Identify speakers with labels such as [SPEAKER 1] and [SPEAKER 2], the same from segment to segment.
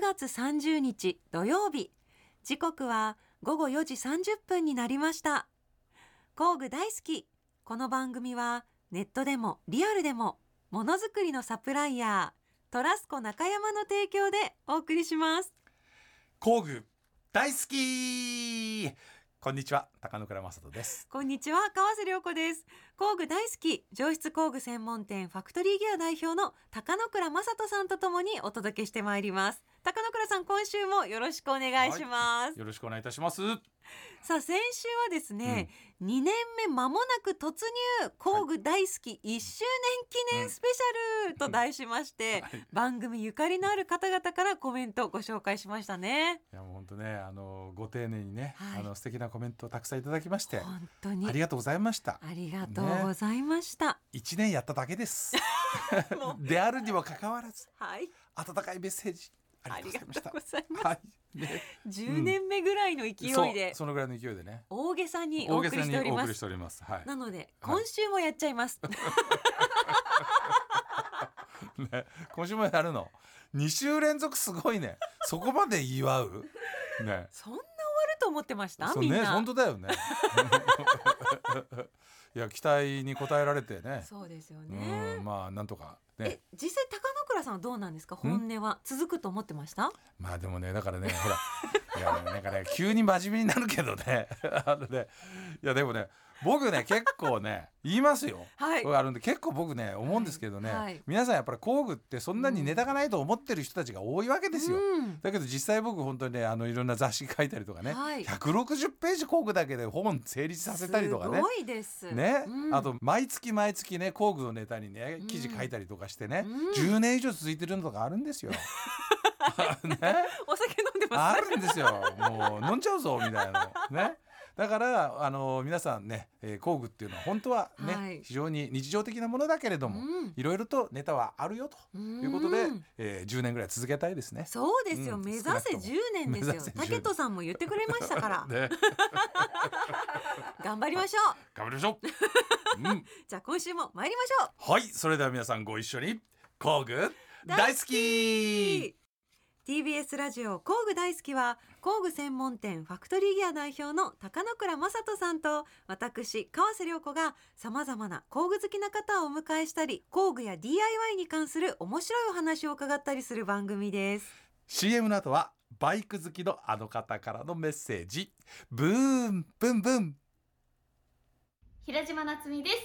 [SPEAKER 1] 月30日土曜日時刻は午後4時30分になりました工具大好きこの番組はネットでもリアルでもものづくりのサプライヤートラスコ中山の提供でお送りします
[SPEAKER 2] 工具大好きこんにちは高野倉正人です
[SPEAKER 1] こんにちは川瀬良子です工具大好き上質工具専門店ファクトリーギア代表の高野倉正人さんとともにお届けしてまいります高野倉さん今週もよろしくお願いします、
[SPEAKER 2] よろしくお願いいたします
[SPEAKER 1] さあ先週はですね、2年目間もなく突入工具大好き1周年記念スペシャルと題しまして、
[SPEAKER 2] はい
[SPEAKER 1] 番組ゆかりのある方々からコメントをご紹介しましたね
[SPEAKER 2] いやもう本当ねあのご丁寧にね、
[SPEAKER 1] はい
[SPEAKER 2] あの素敵なコメントをたくさんいただきましてあ
[SPEAKER 1] 本当に
[SPEAKER 2] りがとうございました
[SPEAKER 1] ありがとうございました、
[SPEAKER 2] 一年やっただけです
[SPEAKER 1] もう
[SPEAKER 2] であるにもかかわらず
[SPEAKER 1] はい
[SPEAKER 2] 温かいメッセージありがとうございました
[SPEAKER 1] ざいま
[SPEAKER 2] はい、ね、
[SPEAKER 1] す10年目ぐらいの 勢い
[SPEAKER 2] そう
[SPEAKER 1] で
[SPEAKER 2] そのぐらいの勢いでね
[SPEAKER 1] 大げさにお
[SPEAKER 2] 大
[SPEAKER 1] 送り
[SPEAKER 2] げさ
[SPEAKER 1] し
[SPEAKER 2] に
[SPEAKER 1] ており
[SPEAKER 2] お
[SPEAKER 1] ま
[SPEAKER 2] 送
[SPEAKER 1] す
[SPEAKER 2] りしておりますはい
[SPEAKER 1] なので
[SPEAKER 2] はい
[SPEAKER 1] 今週もやっちゃい ます、
[SPEAKER 2] ね、今週もやるの2週連続すごいねそこまで祝うね
[SPEAKER 1] そんな終わると思ってました
[SPEAKER 2] そう
[SPEAKER 1] みん
[SPEAKER 2] ね
[SPEAKER 1] な
[SPEAKER 2] 本当だよ ねいや期待に応えられてね
[SPEAKER 1] そうですよ
[SPEAKER 2] う
[SPEAKER 1] ね、
[SPEAKER 2] んまあなんとかね
[SPEAKER 1] え実際高野倉さんはどうなんですか本音は続くと思ってました
[SPEAKER 2] まあでもねだからねほらいやなんかね 急に真面目になるけどね あのねいやでもね僕ね結構ね言いますよ
[SPEAKER 1] はい
[SPEAKER 2] あるんで結構僕ね思うんですけどね、
[SPEAKER 1] はいはい
[SPEAKER 2] 皆さんやっぱり工具ってそんなにネタがないと思ってる人たちが多いわけですよ。
[SPEAKER 1] うん
[SPEAKER 2] だけど実際僕本当にねあのいろんな雑誌書いたりとかね、
[SPEAKER 1] はい
[SPEAKER 2] 160ページ工具だけで本成立させたりとかね
[SPEAKER 1] すごいです
[SPEAKER 2] ね、
[SPEAKER 1] うん
[SPEAKER 2] あと毎月毎月ね工具をネタにね
[SPEAKER 1] うん
[SPEAKER 2] 記事書いたりとかしてね、
[SPEAKER 1] うん
[SPEAKER 2] 10年以上続いてるのとかある んですよ。 ね、
[SPEAKER 1] お酒飲んでま
[SPEAKER 2] あ
[SPEAKER 1] す
[SPEAKER 2] るんですよもう飲んじゃうぞみたいなのね。だからあの皆さんね、えー工具っていうのは本当はね、
[SPEAKER 1] はい
[SPEAKER 2] 非常に日常的なものだけれども、
[SPEAKER 1] うん
[SPEAKER 2] いろいろとネタはあるよということで、
[SPEAKER 1] うん
[SPEAKER 2] えー10年ぐらい続けたいですね。
[SPEAKER 1] そうですよ、
[SPEAKER 2] うん
[SPEAKER 1] 目指せ
[SPEAKER 2] 少なくとも
[SPEAKER 1] 10年です
[SPEAKER 2] 目
[SPEAKER 1] よ
[SPEAKER 2] 指せ10
[SPEAKER 1] 竹人さんも言ってくれましたから
[SPEAKER 2] ね
[SPEAKER 1] 頑張りましょ
[SPEAKER 2] 頑張りましょう、うん、
[SPEAKER 1] うじゃあ今週も参りましょう
[SPEAKER 2] はいそれでは皆さんご一緒に工具大好き
[SPEAKER 1] TBS ラジオ工具大好きは工具専門店ファクトリーギア代表の高野倉正人さんと私川瀬良子がさまざまな工具好きな方をお迎えしたり工具や DIY に関する面白いお話を伺ったりする番組です
[SPEAKER 2] CM の後はバイク好きのあの方からのメッセージブーンブンブン
[SPEAKER 3] 平島なつみです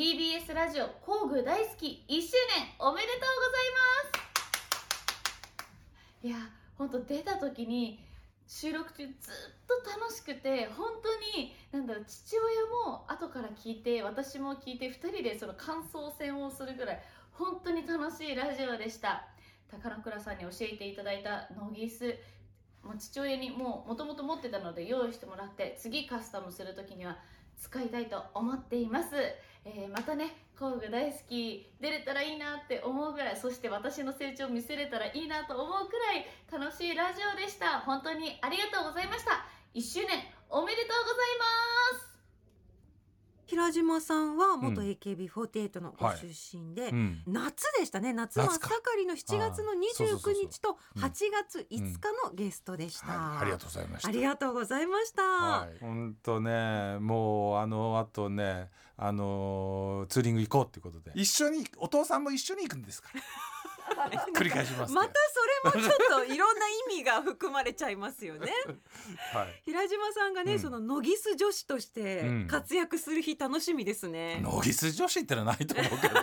[SPEAKER 3] TBS ラジオ工具大好き1周年おめでとうございますいやほんと出た時に収録中ずっと楽しくて本当になんだろう父親も後から聞いて私も聞いて2人でその感想戦をするぐらい本当に楽しいラジオでした高野倉さんに教えていただいたノギスもう父親にもともと持ってたので用意してもらって次カスタムする時には使いたいと思っています、えーまたね工具大好き出れたらいいなって思うぐらいそして私の成長を見せれたらいいなと思うくらい楽しいラジオでした本当にありがとうございました1周年おめでとうございます
[SPEAKER 1] 平島さんは元
[SPEAKER 2] うん
[SPEAKER 1] AKB48 のご出身で、
[SPEAKER 2] うん
[SPEAKER 1] 夏でしたね夏真っ
[SPEAKER 2] 夏か
[SPEAKER 1] 盛りの7月の
[SPEAKER 2] そうそうそう
[SPEAKER 1] 29
[SPEAKER 2] そう
[SPEAKER 1] 日と
[SPEAKER 2] うん
[SPEAKER 1] 8月5日のゲストでした、
[SPEAKER 2] はい、ありがとうございました
[SPEAKER 1] ありがとうございました、
[SPEAKER 2] はい、本当ねもうあのあとねあのーツーリング行こうっていうことで一緒にお父さんも一緒に行くんですから 繰り返しますけど
[SPEAKER 1] またそれもちょっといろんな意味が含まれちゃいます よね
[SPEAKER 2] はい
[SPEAKER 1] 平島さんがね、
[SPEAKER 2] うん
[SPEAKER 1] そのノギス女子として活躍する日楽しみですね、
[SPEAKER 2] ノギス女子ってのはないと思 うけど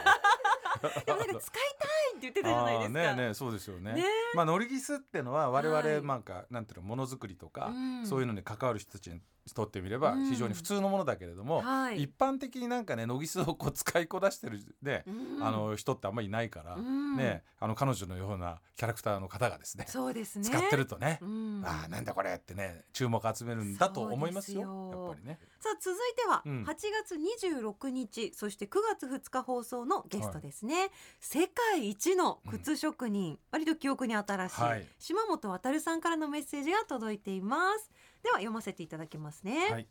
[SPEAKER 1] でもなんか使いたいって言ってたじゃないで
[SPEAKER 2] あー
[SPEAKER 1] すか
[SPEAKER 2] ねえねえそうですよね
[SPEAKER 1] ねえ
[SPEAKER 2] まあノギスってのは我々、
[SPEAKER 1] はい
[SPEAKER 2] なんかなんていうのものづくりとか、
[SPEAKER 1] うん
[SPEAKER 2] そういうのに関わる人たちにとってみれば
[SPEAKER 1] うん
[SPEAKER 2] 非常に普通のものだけれども、
[SPEAKER 1] はい
[SPEAKER 2] 一般的になんかねノギスをこう使いこなしてるね、
[SPEAKER 1] うん
[SPEAKER 2] あの人ってあんまりいないから、
[SPEAKER 1] うん
[SPEAKER 2] ねあの彼女のようなキャラクターの方がですね
[SPEAKER 1] そうですね
[SPEAKER 2] 使ってるとね、
[SPEAKER 1] うん
[SPEAKER 2] ああなんだこれってね注目集めるんだと思いますよ
[SPEAKER 1] そうですよ
[SPEAKER 2] やっぱりね
[SPEAKER 1] さあ続いては
[SPEAKER 2] うん
[SPEAKER 1] 8月26日、そして9月2日放送のゲストですね、世界一の靴職人、割と記憶に新しい、
[SPEAKER 2] はい
[SPEAKER 1] 島本渉さんからのメッセージが届いていますでは読ませていただきますね、
[SPEAKER 2] はい、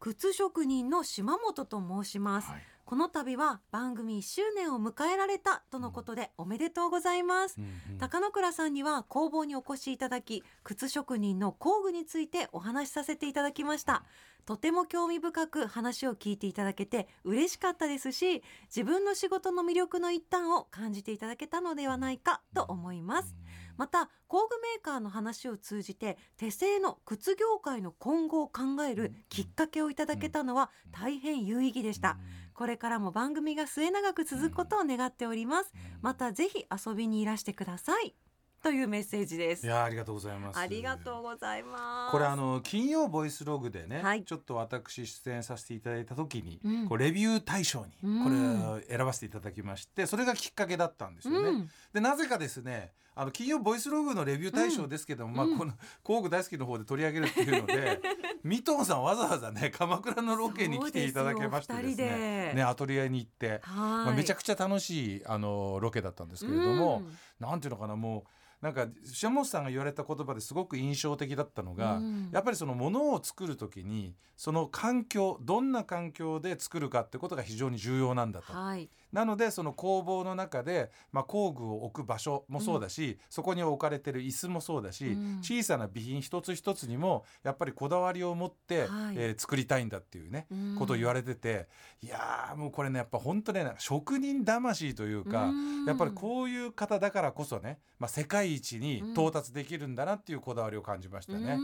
[SPEAKER 1] 靴職人の島本と申します、
[SPEAKER 2] はい、
[SPEAKER 1] この度は番組1周年を迎えられたとのことでおめでとうございます。
[SPEAKER 2] うんうん
[SPEAKER 1] 高野倉さんには工房にお越しいただき靴職人の工具についてお話しさせていただきましたとても興味深く話を聞いていただけて嬉しかったですし自分の仕事の魅力の一端を感じていただけたのではないかと思いますまた工具メーカーの話を通じて手製の靴業界の今後を考えるきっかけをいただけたのは大変有意義でした。これからも番組が末永く続くことを願っておりますまたぜひ遊びにいらしてくださいというメッセージで
[SPEAKER 2] い
[SPEAKER 1] す
[SPEAKER 2] やありがとうございます
[SPEAKER 1] ありがとうございます
[SPEAKER 2] これあの金曜ボイスログでね、
[SPEAKER 1] はい
[SPEAKER 2] ちょっと私出演させていただいた時に、
[SPEAKER 1] うん
[SPEAKER 2] こうレビュー対象に
[SPEAKER 1] うん
[SPEAKER 2] これを選ばせていただきましてそれがきっかけだったんですよね。
[SPEAKER 1] うん
[SPEAKER 2] でなぜかですねあの金曜ボイスログのレビュー対象ですけども、
[SPEAKER 1] うん
[SPEAKER 2] まあ、この工具大好きの方で取り上げるっていう ので三藤さんわざわざね鎌倉のロケに来ていただけましてです
[SPEAKER 1] そうですよお二人
[SPEAKER 2] ね
[SPEAKER 1] で
[SPEAKER 2] ねアトリエに行って、
[SPEAKER 1] はい、
[SPEAKER 2] まあ、めちゃくちゃ楽しいあのロケだったんですけれども。
[SPEAKER 1] うん
[SPEAKER 2] なんていうのかなもうなんか島本さんが言われた言葉ですごく印象的だったのが、
[SPEAKER 1] うん
[SPEAKER 2] やっぱりそのものを作る時にその環境どんな環境で作るかってことが非常に重要なんだと。
[SPEAKER 1] はい
[SPEAKER 2] なのでその工房の中で、まあ、工具を置く場所もそうだし、そこに置かれてる椅子もそうだし、
[SPEAKER 1] うん
[SPEAKER 2] 小さな備品一つ一つにもやっぱりこだわりを持って、
[SPEAKER 1] はい
[SPEAKER 2] えー作りたいんだっていうね、ことを言われてていやーもうこれねやっぱ本当ねなんか職人魂という
[SPEAKER 1] れ
[SPEAKER 2] か。やっぱりこういう方だからこそね、まあ、世界一に到達できるんだなっていうこだわりを感じましたね。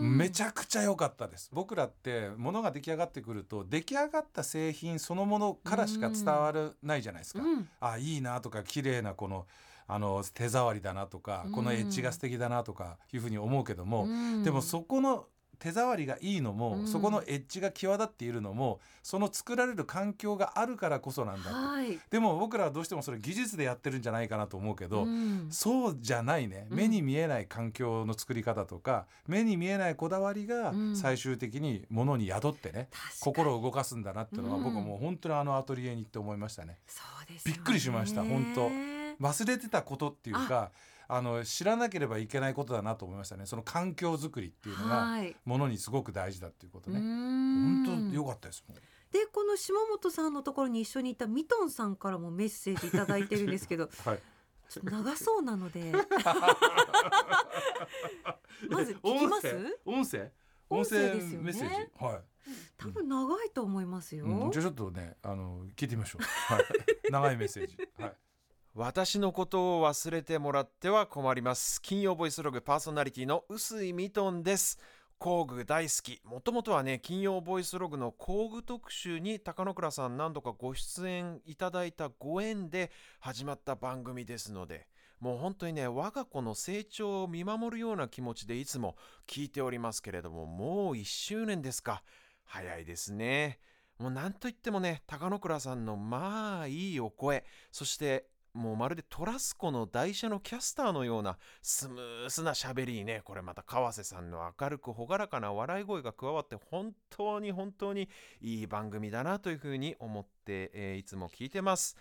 [SPEAKER 2] めち
[SPEAKER 1] ゃ
[SPEAKER 2] ゃくちゃ良かったです僕らって物が出来上がってくると出来上がった製品そのものからしか伝わらないじゃないですか。
[SPEAKER 1] うん
[SPEAKER 2] あいいなとか綺麗なこのあの手触りだなとか
[SPEAKER 1] うん
[SPEAKER 2] このエッジが素敵だなとかいうふうに思うけども、
[SPEAKER 1] うん
[SPEAKER 2] でもそこの手触りがいいの
[SPEAKER 1] う
[SPEAKER 2] も、
[SPEAKER 1] ん
[SPEAKER 2] そこのエッジが際立っているのもその作られる環境があるからこそなんだって
[SPEAKER 1] はい
[SPEAKER 2] でも僕らはどうしてもそれ技術でやってるんじゃないかなと思うけど、
[SPEAKER 1] うん
[SPEAKER 2] そうじゃないね
[SPEAKER 1] うん
[SPEAKER 2] 目に見えない環境の作り方とか、目に見えないこだわりが
[SPEAKER 1] うん
[SPEAKER 2] 最終的にものに宿ってね、
[SPEAKER 1] 確かに
[SPEAKER 2] 心を動かすんだなっていうのは、
[SPEAKER 1] うん
[SPEAKER 2] 僕はもう本当にあのアトリエに行って思いましたね。
[SPEAKER 1] そうですよね
[SPEAKER 2] びっくりしました本当忘れてたことっていうかあの知らなければいけないことだなと思いましたねその環境づくりっていうのが
[SPEAKER 1] はい
[SPEAKER 2] ものにすごく大事だっていうことね。本
[SPEAKER 1] 本
[SPEAKER 2] 当良かったですもん
[SPEAKER 1] でこの島本さんのところに一緒にいたミトンさんからもメッセージいただいてるんです けど
[SPEAKER 2] はい
[SPEAKER 1] ちょっと長そうなの でまず聞きます
[SPEAKER 2] 音声
[SPEAKER 1] 音声で
[SPEAKER 2] 音声
[SPEAKER 1] すよね
[SPEAKER 2] メッセージはい
[SPEAKER 1] 多分長いと思いますよ、
[SPEAKER 2] うん、じゃあちょっとねあの聞いてみましょう、 はい、長いメッセージ、はい、
[SPEAKER 4] 私のことを忘れてもらっては困ります。金曜ボイスログパーソナリティの薄井ミトンです。工具大好き。もともとはね、金曜ボイスログの工具特集に高野倉さん何度かご出演いただいたご縁で始まった番組ですので、もう本当にね、我が子の成長を見守るような気持ちでいつも聞いておりますけれども、もう1周年ですか。早いですね。もうなんといってもね、高野倉さんのまあいいお声、そしてもうまるでトラスコの台車のキャスターのようなスムースな喋りにね、これまた川瀬さんの明るく朗らかな笑い声が加わって本当に本当にいい番組だなというふうに思って、えーいつも聞いてます。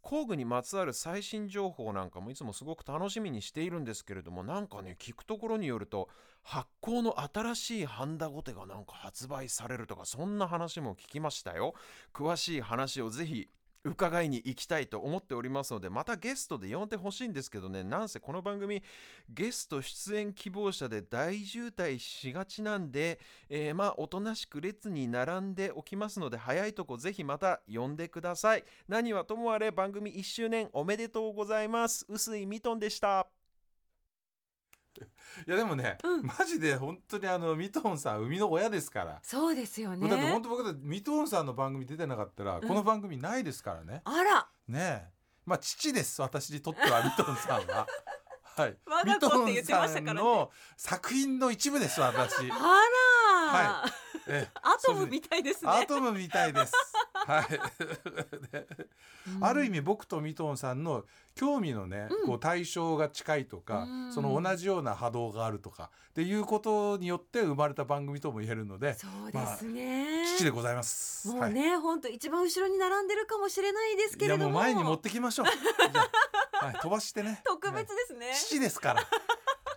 [SPEAKER 4] 工具にまつわる最新情報なんかもいつもすごく楽しみにしているんですけれどもなんかね聞くところによると発行の新しいハンダゴテがなんか発売されるとかそんな話も聞きましたよ詳しい話をぜひ伺いに行きたいと思っておりますのでまたゲストで呼んでほしいんですけどねなんせこの番組ゲスト出演希望者で大渋滞しがちなんで、えーまあおとなしく列に並んでおきますので早いとこぜひまた呼んでください何はともあれ番組1周年おめでとうございます臼井ミトンでした
[SPEAKER 2] いやでもね、
[SPEAKER 1] うん
[SPEAKER 2] マジで本当にあのミトンさん生みの親ですから、
[SPEAKER 1] そうですよね
[SPEAKER 2] だって本当僕だってミトンさんの番組出てなかったら、
[SPEAKER 1] ん
[SPEAKER 2] この番組ないですからね
[SPEAKER 1] あら
[SPEAKER 2] ねえまあ父です私にとってはミトンさん ははい
[SPEAKER 1] 我が
[SPEAKER 2] ミ
[SPEAKER 1] 子っ
[SPEAKER 2] ト
[SPEAKER 1] て言っ
[SPEAKER 2] ン
[SPEAKER 1] てま
[SPEAKER 2] さ
[SPEAKER 1] した
[SPEAKER 2] ん
[SPEAKER 1] からね
[SPEAKER 2] の作品の一部です 私
[SPEAKER 1] あら、
[SPEAKER 2] はええ
[SPEAKER 1] アトムみたいですね
[SPEAKER 2] アトムみたいですはい、ねある意
[SPEAKER 1] 味
[SPEAKER 2] 味僕とミトンさんの興味のね、
[SPEAKER 1] うん
[SPEAKER 2] こう対象が近いとか、
[SPEAKER 1] うん
[SPEAKER 2] その同じような波動があるとかっていうことによって生まれた番組とも言えるので
[SPEAKER 1] そうですね、
[SPEAKER 2] 父でございます。
[SPEAKER 1] もうね、本当一番後ろに並んでるかもしれないです
[SPEAKER 2] はい、
[SPEAKER 1] け
[SPEAKER 2] い
[SPEAKER 1] れ
[SPEAKER 2] や
[SPEAKER 1] ども
[SPEAKER 2] もう前に持ってきましょう。じゃあはい、飛ばしてね。
[SPEAKER 1] 特別
[SPEAKER 2] ね
[SPEAKER 1] ですね
[SPEAKER 2] 父ですから。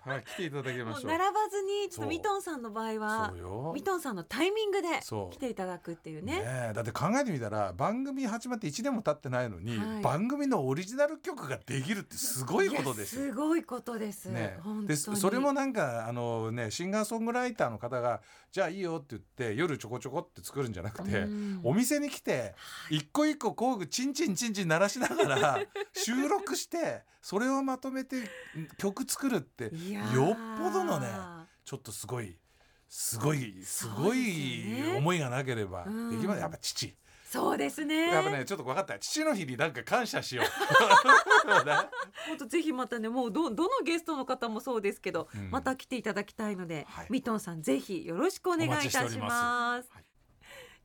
[SPEAKER 2] はい、来ていただきま
[SPEAKER 1] も
[SPEAKER 2] し
[SPEAKER 1] う
[SPEAKER 2] ょう。
[SPEAKER 1] 並ばずにちょっ
[SPEAKER 2] そう
[SPEAKER 1] とミトンさんの場合は
[SPEAKER 2] そうよ。
[SPEAKER 1] ミトンさんのタイミングで
[SPEAKER 2] そう
[SPEAKER 1] 来ていただくっていう
[SPEAKER 2] ね
[SPEAKER 1] ね
[SPEAKER 2] えだって考えてみたら番組始まって1年も経ってないのに、
[SPEAKER 1] はい
[SPEAKER 2] 番組のオリジナル曲ができるってすごいことです
[SPEAKER 1] いや
[SPEAKER 2] よ。
[SPEAKER 1] すごいことです、
[SPEAKER 2] ねえ
[SPEAKER 1] 本当
[SPEAKER 2] で
[SPEAKER 1] に
[SPEAKER 2] それもなんかあの、ね、シンガーソングライターの方が「じゃあいいよ」って言って夜ちょこちょこって作るんじゃなくて、
[SPEAKER 1] うん
[SPEAKER 2] お店に来て一個一個工具チンチンチンチン鳴らしなが ら収録してそれをまとめて曲作るって
[SPEAKER 1] いやー
[SPEAKER 2] よっぽどのねちょっとすごいすごいすご
[SPEAKER 1] そうですよ
[SPEAKER 2] い
[SPEAKER 1] ね
[SPEAKER 2] 思いがなければ
[SPEAKER 1] うん
[SPEAKER 2] できますやっぱ父。
[SPEAKER 1] そうですね
[SPEAKER 2] やっぱねちょっと分かった父の日になんか感謝しよ うそうだ
[SPEAKER 1] 本当ぜひまたねもうどどのゲストの方もそうですけど、
[SPEAKER 2] うん
[SPEAKER 1] また来ていただきたいので、
[SPEAKER 2] はい
[SPEAKER 1] ミトンさんぜひよろしくお願いいたしま
[SPEAKER 2] お待ちして
[SPEAKER 1] す
[SPEAKER 2] おりま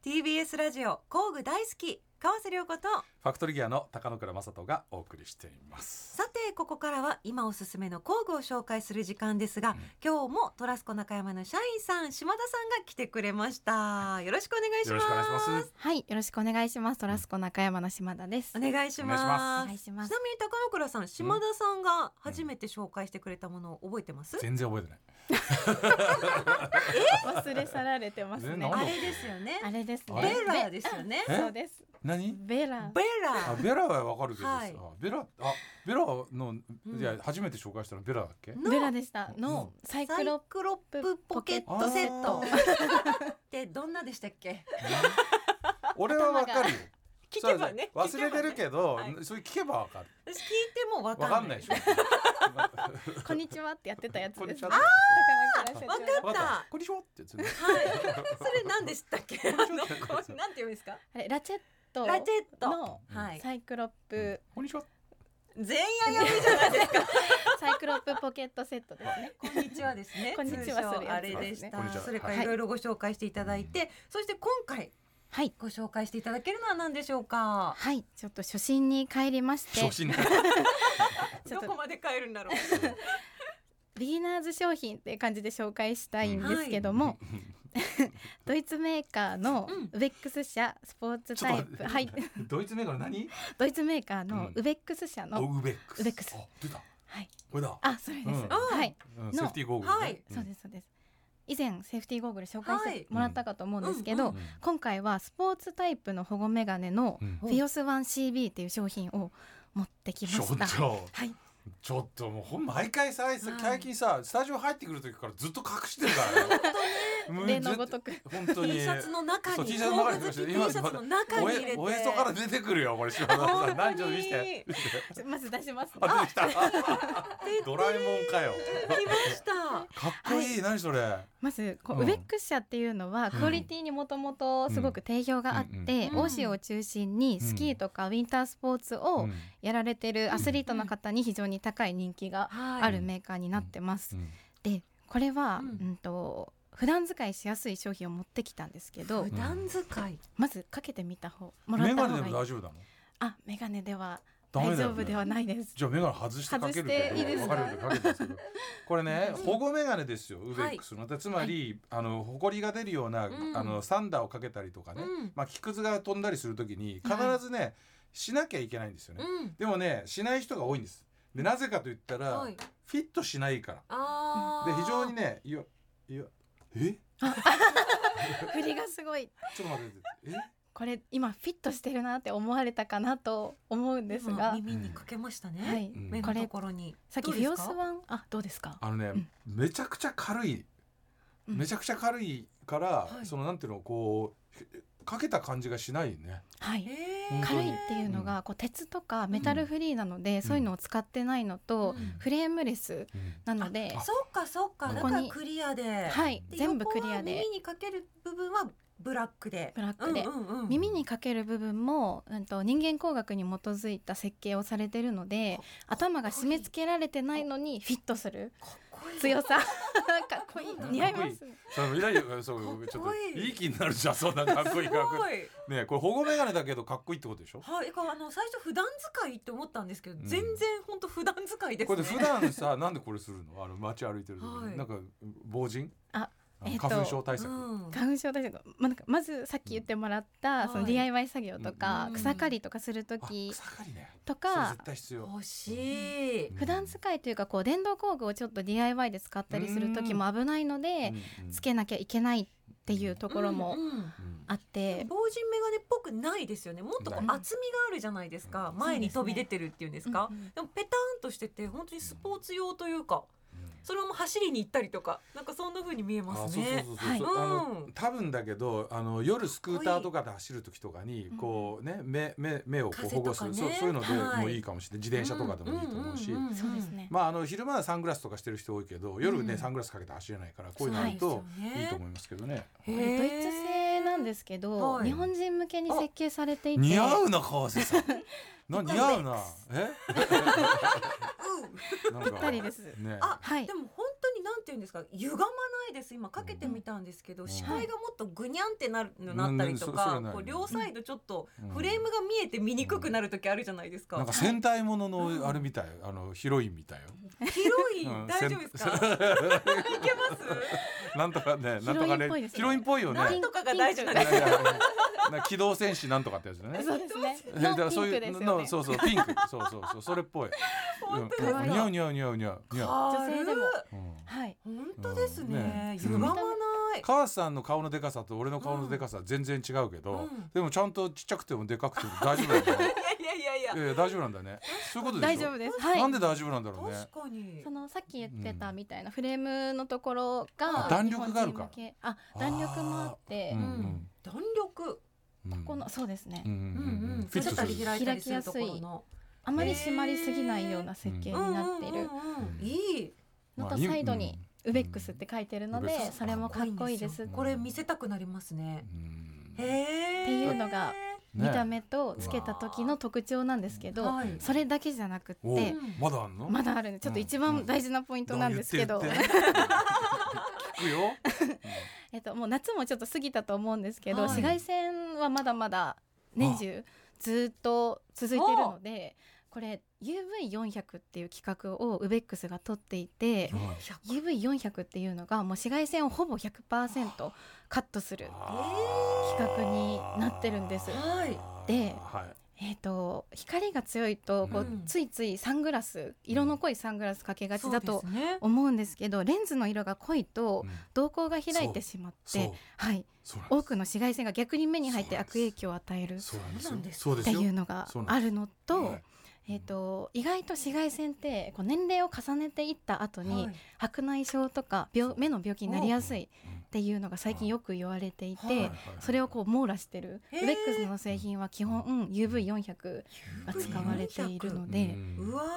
[SPEAKER 1] TBS ラジオ工具大好き川瀬良子と
[SPEAKER 2] ファクトリーギアの高野倉正人がお送りしています
[SPEAKER 1] さてここからは今おすすめの工具を紹介する時間ですが、今日もトラスコ中山の社員さん島田さんが来てくれましたよろしくお願いし
[SPEAKER 2] よ
[SPEAKER 1] ま
[SPEAKER 2] ろ
[SPEAKER 1] す
[SPEAKER 2] しくお願いします
[SPEAKER 5] はい、よろしくお願いします。トラスコ中山の島田です。
[SPEAKER 1] お願いし
[SPEAKER 2] お
[SPEAKER 1] ま
[SPEAKER 5] お
[SPEAKER 1] す
[SPEAKER 5] 願いします
[SPEAKER 1] ち。なみに高野倉さん島田さんが初めて紹介してくれたものを覚えてます、
[SPEAKER 2] 全然覚えてない
[SPEAKER 5] 忘れ去られてます
[SPEAKER 2] え
[SPEAKER 5] ね
[SPEAKER 2] なん。だ
[SPEAKER 1] あれですよね
[SPEAKER 5] あれです
[SPEAKER 2] あ
[SPEAKER 5] ね。
[SPEAKER 2] れ
[SPEAKER 1] ベラですよね
[SPEAKER 2] え
[SPEAKER 5] そうです。
[SPEAKER 2] 何
[SPEAKER 5] ベラ。
[SPEAKER 1] ベラ
[SPEAKER 2] あベラはわかるけどさ、
[SPEAKER 1] はい
[SPEAKER 2] ベラあベラの
[SPEAKER 1] うん
[SPEAKER 2] いや初めて紹介したのベラだっけ、
[SPEAKER 1] の
[SPEAKER 5] ベラでした。のサイ
[SPEAKER 1] サ
[SPEAKER 5] ク
[SPEAKER 1] イ
[SPEAKER 5] ロ
[SPEAKER 1] クロップポケッ
[SPEAKER 2] あ
[SPEAKER 1] トセット
[SPEAKER 2] ー
[SPEAKER 1] ってどんなでしたっけ
[SPEAKER 2] 俺はわかるよ
[SPEAKER 1] 聞けばね
[SPEAKER 2] そうそう忘れてる
[SPEAKER 1] ど
[SPEAKER 2] け
[SPEAKER 1] 聞
[SPEAKER 2] ど、
[SPEAKER 1] けばね
[SPEAKER 2] それ聞けばわかる
[SPEAKER 1] 私聞いてもわ
[SPEAKER 2] わ
[SPEAKER 1] か
[SPEAKER 2] か
[SPEAKER 1] ん
[SPEAKER 2] ん
[SPEAKER 1] な
[SPEAKER 2] ないいでしょ
[SPEAKER 5] こんにちはってやってたやつ
[SPEAKER 2] こん
[SPEAKER 5] で
[SPEAKER 2] に
[SPEAKER 5] す。
[SPEAKER 2] ちは
[SPEAKER 5] 高野倉社長
[SPEAKER 1] わか
[SPEAKER 2] わ
[SPEAKER 1] っ
[SPEAKER 2] かったたこんにちはってやつね
[SPEAKER 1] はい、それ何でしたっ け？あの、こうなんて言うんですか？
[SPEAKER 5] あれラチェット
[SPEAKER 1] ラチェット。
[SPEAKER 5] の
[SPEAKER 1] はい。
[SPEAKER 5] サイクロップ
[SPEAKER 2] こんにちは
[SPEAKER 1] 全員あやめじゃないですか。
[SPEAKER 5] サイクロップポケットセットですね。
[SPEAKER 1] こんにちはですね。
[SPEAKER 5] こんにちは
[SPEAKER 1] 通
[SPEAKER 5] する
[SPEAKER 1] 称あ
[SPEAKER 5] やつ
[SPEAKER 1] れでし
[SPEAKER 2] こんにち
[SPEAKER 1] た。
[SPEAKER 2] は
[SPEAKER 1] それか
[SPEAKER 5] は
[SPEAKER 1] ら
[SPEAKER 5] い
[SPEAKER 1] いろいろご紹介していただいて、そして今回
[SPEAKER 5] はい。
[SPEAKER 1] ご紹介していただけるのは何でしょうか？
[SPEAKER 5] はい、ちょっと初心に帰りまして、
[SPEAKER 2] 初心だ
[SPEAKER 5] ち
[SPEAKER 1] ど
[SPEAKER 5] ょっ
[SPEAKER 1] ことまで買えるんだろう。
[SPEAKER 5] ビギナーズ商品っていう感じで紹介したいんですけども、 ドイツメーカーの
[SPEAKER 1] うん
[SPEAKER 5] ウェックス社スポーツタイプ、はい、
[SPEAKER 2] ドイツメーカーの何
[SPEAKER 5] ドイツメーカー
[SPEAKER 2] う
[SPEAKER 5] の
[SPEAKER 2] ん
[SPEAKER 5] ウベックス社の、
[SPEAKER 2] おウベックス
[SPEAKER 5] ウベックス
[SPEAKER 2] あ出た
[SPEAKER 5] はい、
[SPEAKER 2] これだ
[SPEAKER 5] あそれです、
[SPEAKER 2] うん
[SPEAKER 5] はい、
[SPEAKER 2] うん
[SPEAKER 5] の
[SPEAKER 2] セーフティーゴーグルね
[SPEAKER 1] はい
[SPEAKER 5] そうですそうです以前セーフティーゴーグル紹介してもらったかと思うんですけど、
[SPEAKER 1] はい
[SPEAKER 2] うん
[SPEAKER 5] 今回はスポーツタイプの保護メガネの
[SPEAKER 2] うん
[SPEAKER 5] フィオス 1CB っていう商品を持ってきま
[SPEAKER 2] 所
[SPEAKER 5] した
[SPEAKER 2] 長
[SPEAKER 5] はい
[SPEAKER 2] ちょっともうほん毎回さ
[SPEAKER 1] い
[SPEAKER 2] 最近さスタジオ入ってくる時からずっと隠してるからねもうず
[SPEAKER 5] 例
[SPEAKER 2] っと
[SPEAKER 5] の ごとく
[SPEAKER 2] 本当に
[SPEAKER 1] T シャツの中
[SPEAKER 2] そ
[SPEAKER 1] に、
[SPEAKER 2] う
[SPEAKER 1] 工
[SPEAKER 2] T
[SPEAKER 1] 具
[SPEAKER 2] シャツの中に
[SPEAKER 1] 好き T
[SPEAKER 2] 入れ
[SPEAKER 1] シャ
[SPEAKER 2] ました
[SPEAKER 1] ツの中に
[SPEAKER 2] お
[SPEAKER 1] 入れ
[SPEAKER 2] え
[SPEAKER 1] て、
[SPEAKER 2] おへそから出てくるよこれ柴田さん何ちょっと見せて見せて
[SPEAKER 5] まず出します
[SPEAKER 2] あ出てきた
[SPEAKER 1] 出て
[SPEAKER 2] ドラえもん かよ
[SPEAKER 1] きました。
[SPEAKER 2] かっこいい何それ
[SPEAKER 5] まずこう、
[SPEAKER 2] うん
[SPEAKER 5] ウェックス社っていうのはクオリティにもともとすごく定評があって、
[SPEAKER 1] うんうん
[SPEAKER 5] 欧州を中心にスキーとかウィンタースポーツ
[SPEAKER 2] う
[SPEAKER 5] を
[SPEAKER 2] ん
[SPEAKER 5] やられてるアスリートの方に非常に高い人気が
[SPEAKER 1] はい。
[SPEAKER 5] あるメーカーになってます
[SPEAKER 2] う。ん
[SPEAKER 5] でこれは、
[SPEAKER 1] う
[SPEAKER 5] うんん、と普段使いしやすい商品を持ってきたんですけど、
[SPEAKER 1] 普段使い。
[SPEAKER 5] まずかけてみた方もらっ
[SPEAKER 2] メガ
[SPEAKER 5] た方
[SPEAKER 2] ネで
[SPEAKER 5] がいい
[SPEAKER 2] も大丈夫なの
[SPEAKER 5] あメガネでは
[SPEAKER 2] ダメ
[SPEAKER 5] 大
[SPEAKER 2] だよ
[SPEAKER 5] 丈
[SPEAKER 2] ね
[SPEAKER 5] 夫ではないです。
[SPEAKER 2] じゃあメガネ外してかけるけ
[SPEAKER 5] 外し
[SPEAKER 2] ど、
[SPEAKER 5] ていいですか
[SPEAKER 2] わかるようにかけてますけど、これね、保護メガネですよ、ウベックスの。でつまり、あの埃が出るような、
[SPEAKER 1] うん
[SPEAKER 2] あのサンダーをかけたりとかね、
[SPEAKER 1] うん
[SPEAKER 2] まあ木くずが飛んだりするときに必ずね、しなきゃいけないんですよね。
[SPEAKER 1] うん。
[SPEAKER 2] でもね、しない人が多いんです。でなぜかと言ったら、
[SPEAKER 1] はい。
[SPEAKER 2] フィットしないか
[SPEAKER 1] あ
[SPEAKER 2] ら。
[SPEAKER 1] あ。
[SPEAKER 2] で非常にね、いやいやえ
[SPEAKER 5] 振りがすごい
[SPEAKER 2] ちょっと待ってえ
[SPEAKER 5] これ今フィットしてるなって思われたかなと思うんですが
[SPEAKER 1] 今、耳にかけましたね。
[SPEAKER 5] はい
[SPEAKER 2] うん、
[SPEAKER 1] 目
[SPEAKER 5] こ
[SPEAKER 1] の
[SPEAKER 5] れ
[SPEAKER 1] ところに。
[SPEAKER 5] さっ
[SPEAKER 1] ど
[SPEAKER 5] き
[SPEAKER 1] う
[SPEAKER 5] フ
[SPEAKER 1] で
[SPEAKER 5] ィ
[SPEAKER 1] すか
[SPEAKER 5] オスワンあどうですか
[SPEAKER 2] あのね、
[SPEAKER 5] うん
[SPEAKER 2] めちゃくちゃ軽い、
[SPEAKER 5] うん
[SPEAKER 2] めちゃくちゃ軽いから、
[SPEAKER 1] はい
[SPEAKER 2] そのなんていうのこうかけた感じがしないね。
[SPEAKER 5] はい
[SPEAKER 1] え
[SPEAKER 2] 本当
[SPEAKER 5] 軽
[SPEAKER 2] に
[SPEAKER 5] いっていうのがこう鉄とかメタルフリーなので、そういうのを使ってないのと、
[SPEAKER 1] うん
[SPEAKER 5] フレームレス
[SPEAKER 2] うん
[SPEAKER 5] なので
[SPEAKER 2] あ、
[SPEAKER 1] そうかそうか。
[SPEAKER 2] こ
[SPEAKER 1] だ
[SPEAKER 5] こ
[SPEAKER 1] か
[SPEAKER 5] に
[SPEAKER 1] らクリアで。
[SPEAKER 5] はい
[SPEAKER 1] で
[SPEAKER 5] 全部クリア
[SPEAKER 1] 横は
[SPEAKER 5] で
[SPEAKER 1] 耳にかける部分はブラックで。
[SPEAKER 5] ブラックで
[SPEAKER 1] うんうんうん。
[SPEAKER 5] 耳にかける部分も、うん、と人間工学に基づいた設計をされてるので頭が締め付けられてないのにフィットする
[SPEAKER 1] かっこいい。
[SPEAKER 5] 強さかっこいい
[SPEAKER 1] かっこいい
[SPEAKER 5] 似合います
[SPEAKER 2] その未来そ
[SPEAKER 1] かっこいうい
[SPEAKER 2] ちょっといい気になるじゃんそんなかっこいい
[SPEAKER 1] す
[SPEAKER 2] かっこ
[SPEAKER 1] ご
[SPEAKER 2] い
[SPEAKER 1] い。
[SPEAKER 2] いねえこれ保護メガネだけどかっこいいってことでしょ
[SPEAKER 1] はい。えこれあの最初普段使いって思ったんですけど、
[SPEAKER 2] ん
[SPEAKER 1] 全然本当普段使いですね。
[SPEAKER 2] これで普段さなんでこれするのあの街歩いてる時に、
[SPEAKER 1] はい
[SPEAKER 2] なんか防塵
[SPEAKER 5] あえっと
[SPEAKER 2] 花粉症対策、
[SPEAKER 1] うん
[SPEAKER 5] 花粉症対策、まなんかまずさっき言ってもらった、そ
[SPEAKER 1] は
[SPEAKER 5] の
[SPEAKER 1] い
[SPEAKER 5] DIY 作業とか、
[SPEAKER 1] うん
[SPEAKER 5] 草刈りとかする
[SPEAKER 2] あ
[SPEAKER 5] 時
[SPEAKER 2] 草刈りね
[SPEAKER 5] と
[SPEAKER 2] それ
[SPEAKER 5] か
[SPEAKER 2] 絶対必要
[SPEAKER 1] 欲しい
[SPEAKER 2] うん
[SPEAKER 5] 普段使いというかこう電動工具をちょっと DIY で使ったりする時も危ないので、つけなきゃいけないっていうところも
[SPEAKER 1] うんうん
[SPEAKER 2] うん
[SPEAKER 5] あって、
[SPEAKER 1] 防塵メガネっぽくないですよねもっとこう厚み
[SPEAKER 5] な
[SPEAKER 1] が
[SPEAKER 5] い
[SPEAKER 1] あるじゃないですか
[SPEAKER 2] うん
[SPEAKER 1] 前に
[SPEAKER 5] そう
[SPEAKER 1] 飛
[SPEAKER 5] ですね
[SPEAKER 1] び出てるっていうんですか
[SPEAKER 5] うんうん
[SPEAKER 1] でもペタンとしてて本当にスポーツ用というかそのまま走りに行ったりとかなんかそんな風に見え
[SPEAKER 2] あ
[SPEAKER 1] ます
[SPEAKER 2] そうそう
[SPEAKER 1] ね
[SPEAKER 2] そうそう、
[SPEAKER 5] はい
[SPEAKER 2] あの
[SPEAKER 1] うん
[SPEAKER 2] 多分だけどあの夜スクーターとかで走る時とかに
[SPEAKER 5] うん
[SPEAKER 2] こうね目目目をこう保護する、
[SPEAKER 1] 風と
[SPEAKER 2] そ
[SPEAKER 1] か
[SPEAKER 2] う
[SPEAKER 1] ね
[SPEAKER 2] そういうのでも
[SPEAKER 1] はい
[SPEAKER 2] いいかもしれない自転車とかでもいいと思うし、
[SPEAKER 1] んんんん
[SPEAKER 5] そうですね、
[SPEAKER 2] まああの昼間はサングラスとかしてる人多いけど夜ね、
[SPEAKER 1] うん
[SPEAKER 2] サングラスかけて走れないからこ
[SPEAKER 1] そう
[SPEAKER 2] いううの
[SPEAKER 1] な
[SPEAKER 2] あ
[SPEAKER 1] ん
[SPEAKER 2] る
[SPEAKER 1] ですよ
[SPEAKER 2] といい
[SPEAKER 1] ね
[SPEAKER 2] と思いますけどね。
[SPEAKER 5] これドイツ製なんですすけど、
[SPEAKER 1] はい
[SPEAKER 5] 日本人向けに設計されていて
[SPEAKER 2] 似合うな川瀬さ ん。な
[SPEAKER 5] ぴったり
[SPEAKER 2] 似合うな。え？
[SPEAKER 5] ぴったりです
[SPEAKER 2] ね。
[SPEAKER 1] あ
[SPEAKER 5] はい
[SPEAKER 1] でも本当になんて言うんですか歪まないです今かけてみたんですけど、
[SPEAKER 2] うん
[SPEAKER 1] 視界がもっとぐにゃんってなるのなったりと
[SPEAKER 2] うん
[SPEAKER 1] か、
[SPEAKER 2] うんうんそ
[SPEAKER 1] こう
[SPEAKER 2] それはな
[SPEAKER 1] 両
[SPEAKER 2] い
[SPEAKER 1] サイドちょっと
[SPEAKER 2] うん
[SPEAKER 1] フレームが見えて見にくくなる時あるじゃないですか、
[SPEAKER 2] なんか戦隊もののあれみたい、あのヒロインみたいよ。
[SPEAKER 1] 広い、
[SPEAKER 2] うん
[SPEAKER 1] 大丈夫ですかいけます
[SPEAKER 2] なんとかね、なんとか
[SPEAKER 5] ヒロインっぽ
[SPEAKER 2] ね、
[SPEAKER 5] いですね
[SPEAKER 2] ヒロインっぽいよね。
[SPEAKER 1] なんとかが大事なんで
[SPEAKER 2] いやいやいやなんか機動戦士なんとかってやつだね。
[SPEAKER 5] そうですね
[SPEAKER 2] えだ
[SPEAKER 5] の
[SPEAKER 2] か
[SPEAKER 5] ピ
[SPEAKER 2] らそう
[SPEAKER 5] ン
[SPEAKER 2] い
[SPEAKER 5] ク
[SPEAKER 2] う
[SPEAKER 5] ですよ
[SPEAKER 2] の
[SPEAKER 5] ね
[SPEAKER 2] そうそうピンクそうそうそうそれっぽい。 うん
[SPEAKER 1] 本当です
[SPEAKER 2] う
[SPEAKER 1] か
[SPEAKER 2] ん似合う似合う似合う似合う似合
[SPEAKER 1] 女
[SPEAKER 5] 女性でも
[SPEAKER 2] う。うん
[SPEAKER 5] はい
[SPEAKER 1] 本当ですね,、
[SPEAKER 2] うんね
[SPEAKER 1] 歪まない、
[SPEAKER 2] 川瀬さんの顔のでかさと俺の顔のでかさは全然違うけど、
[SPEAKER 1] うん
[SPEAKER 2] でもちゃんとちっちゃくてもでかくても大丈夫だよ ね。
[SPEAKER 1] いやいやいやい
[SPEAKER 2] い
[SPEAKER 1] や
[SPEAKER 2] やいや大丈夫なんだね。そういうことでしょ。
[SPEAKER 5] 大丈夫ですは
[SPEAKER 2] なん
[SPEAKER 5] い
[SPEAKER 2] で大丈夫なんだろうね。
[SPEAKER 1] 確かに
[SPEAKER 5] そのさっき言ってたみたいなフレームのところが
[SPEAKER 2] あ弾力があるから
[SPEAKER 5] 日本人向けあ弾力もあって
[SPEAKER 1] う
[SPEAKER 2] う
[SPEAKER 1] んん、弾力
[SPEAKER 2] こ
[SPEAKER 5] このそうですね
[SPEAKER 2] うん
[SPEAKER 1] う
[SPEAKER 2] うん
[SPEAKER 1] ん
[SPEAKER 2] う
[SPEAKER 1] うんん
[SPEAKER 2] フィットす
[SPEAKER 1] た
[SPEAKER 2] る
[SPEAKER 1] り
[SPEAKER 2] し。
[SPEAKER 1] 開いたりするところの
[SPEAKER 5] あまり締まりすぎないような設計になっている
[SPEAKER 1] うんうんうんうんいい
[SPEAKER 5] の
[SPEAKER 2] まあ
[SPEAKER 5] と
[SPEAKER 2] いい
[SPEAKER 5] サイドにウベックスっ
[SPEAKER 2] う
[SPEAKER 5] て書いてるの
[SPEAKER 2] ウベッ
[SPEAKER 5] で
[SPEAKER 2] クス
[SPEAKER 5] それもかっこいいです
[SPEAKER 2] ん
[SPEAKER 1] これ見せたくなりますね、
[SPEAKER 2] ん
[SPEAKER 1] へえ
[SPEAKER 5] っていうのが見
[SPEAKER 2] ね
[SPEAKER 5] た目とつけた時の特徴なんですけど
[SPEAKER 1] はい
[SPEAKER 5] それだけじゃなくっ
[SPEAKER 2] お
[SPEAKER 5] て
[SPEAKER 2] まだあんの？
[SPEAKER 5] まだあるんでちょっと一番大事なポイントなんですけど
[SPEAKER 2] 言って言って聞くよ。
[SPEAKER 5] えっと、もう夏もちょっと過ぎたと思うんですけど、
[SPEAKER 1] はい
[SPEAKER 5] 紫外線はまだまだ年中ずっと続いているのでこれ UV400 っていう企画をウベックスが取っていて
[SPEAKER 2] うん
[SPEAKER 5] UV400 っていうのがもう紫外線をほぼ100%カットする、企画になってるんです
[SPEAKER 1] はい
[SPEAKER 5] で
[SPEAKER 2] はい
[SPEAKER 5] えっと光が強いとこう、
[SPEAKER 1] うん
[SPEAKER 5] ついついサングラス色の濃いサングラスかけがちだと
[SPEAKER 1] そうですね
[SPEAKER 5] 思うんですけどレンズの色が濃いと
[SPEAKER 2] うん
[SPEAKER 5] 瞳孔が開いてしまっ
[SPEAKER 2] そう
[SPEAKER 5] て、はい、
[SPEAKER 2] そうなんです
[SPEAKER 5] 多くの紫外線が逆に目に入って
[SPEAKER 2] そうなんです
[SPEAKER 5] 悪影響を与えるっ
[SPEAKER 2] そうなんです
[SPEAKER 1] そ
[SPEAKER 2] よ
[SPEAKER 1] うなんです
[SPEAKER 2] そうで
[SPEAKER 5] て
[SPEAKER 2] すよ
[SPEAKER 5] いうのがあるの
[SPEAKER 2] は
[SPEAKER 5] と
[SPEAKER 2] い、
[SPEAKER 5] えっと意外と紫外線ってこう年齢を重ねていった後に
[SPEAKER 1] はい
[SPEAKER 5] 白内障とか病目の病気になりやすいっていうのが最近よく言われてい
[SPEAKER 1] はいは
[SPEAKER 5] て
[SPEAKER 1] い。
[SPEAKER 5] それをこう網羅してる
[SPEAKER 1] へー
[SPEAKER 5] ウベックスの製品は基本、うん、UV400 が使われているので、
[SPEAKER 1] うわ
[SPEAKER 2] うん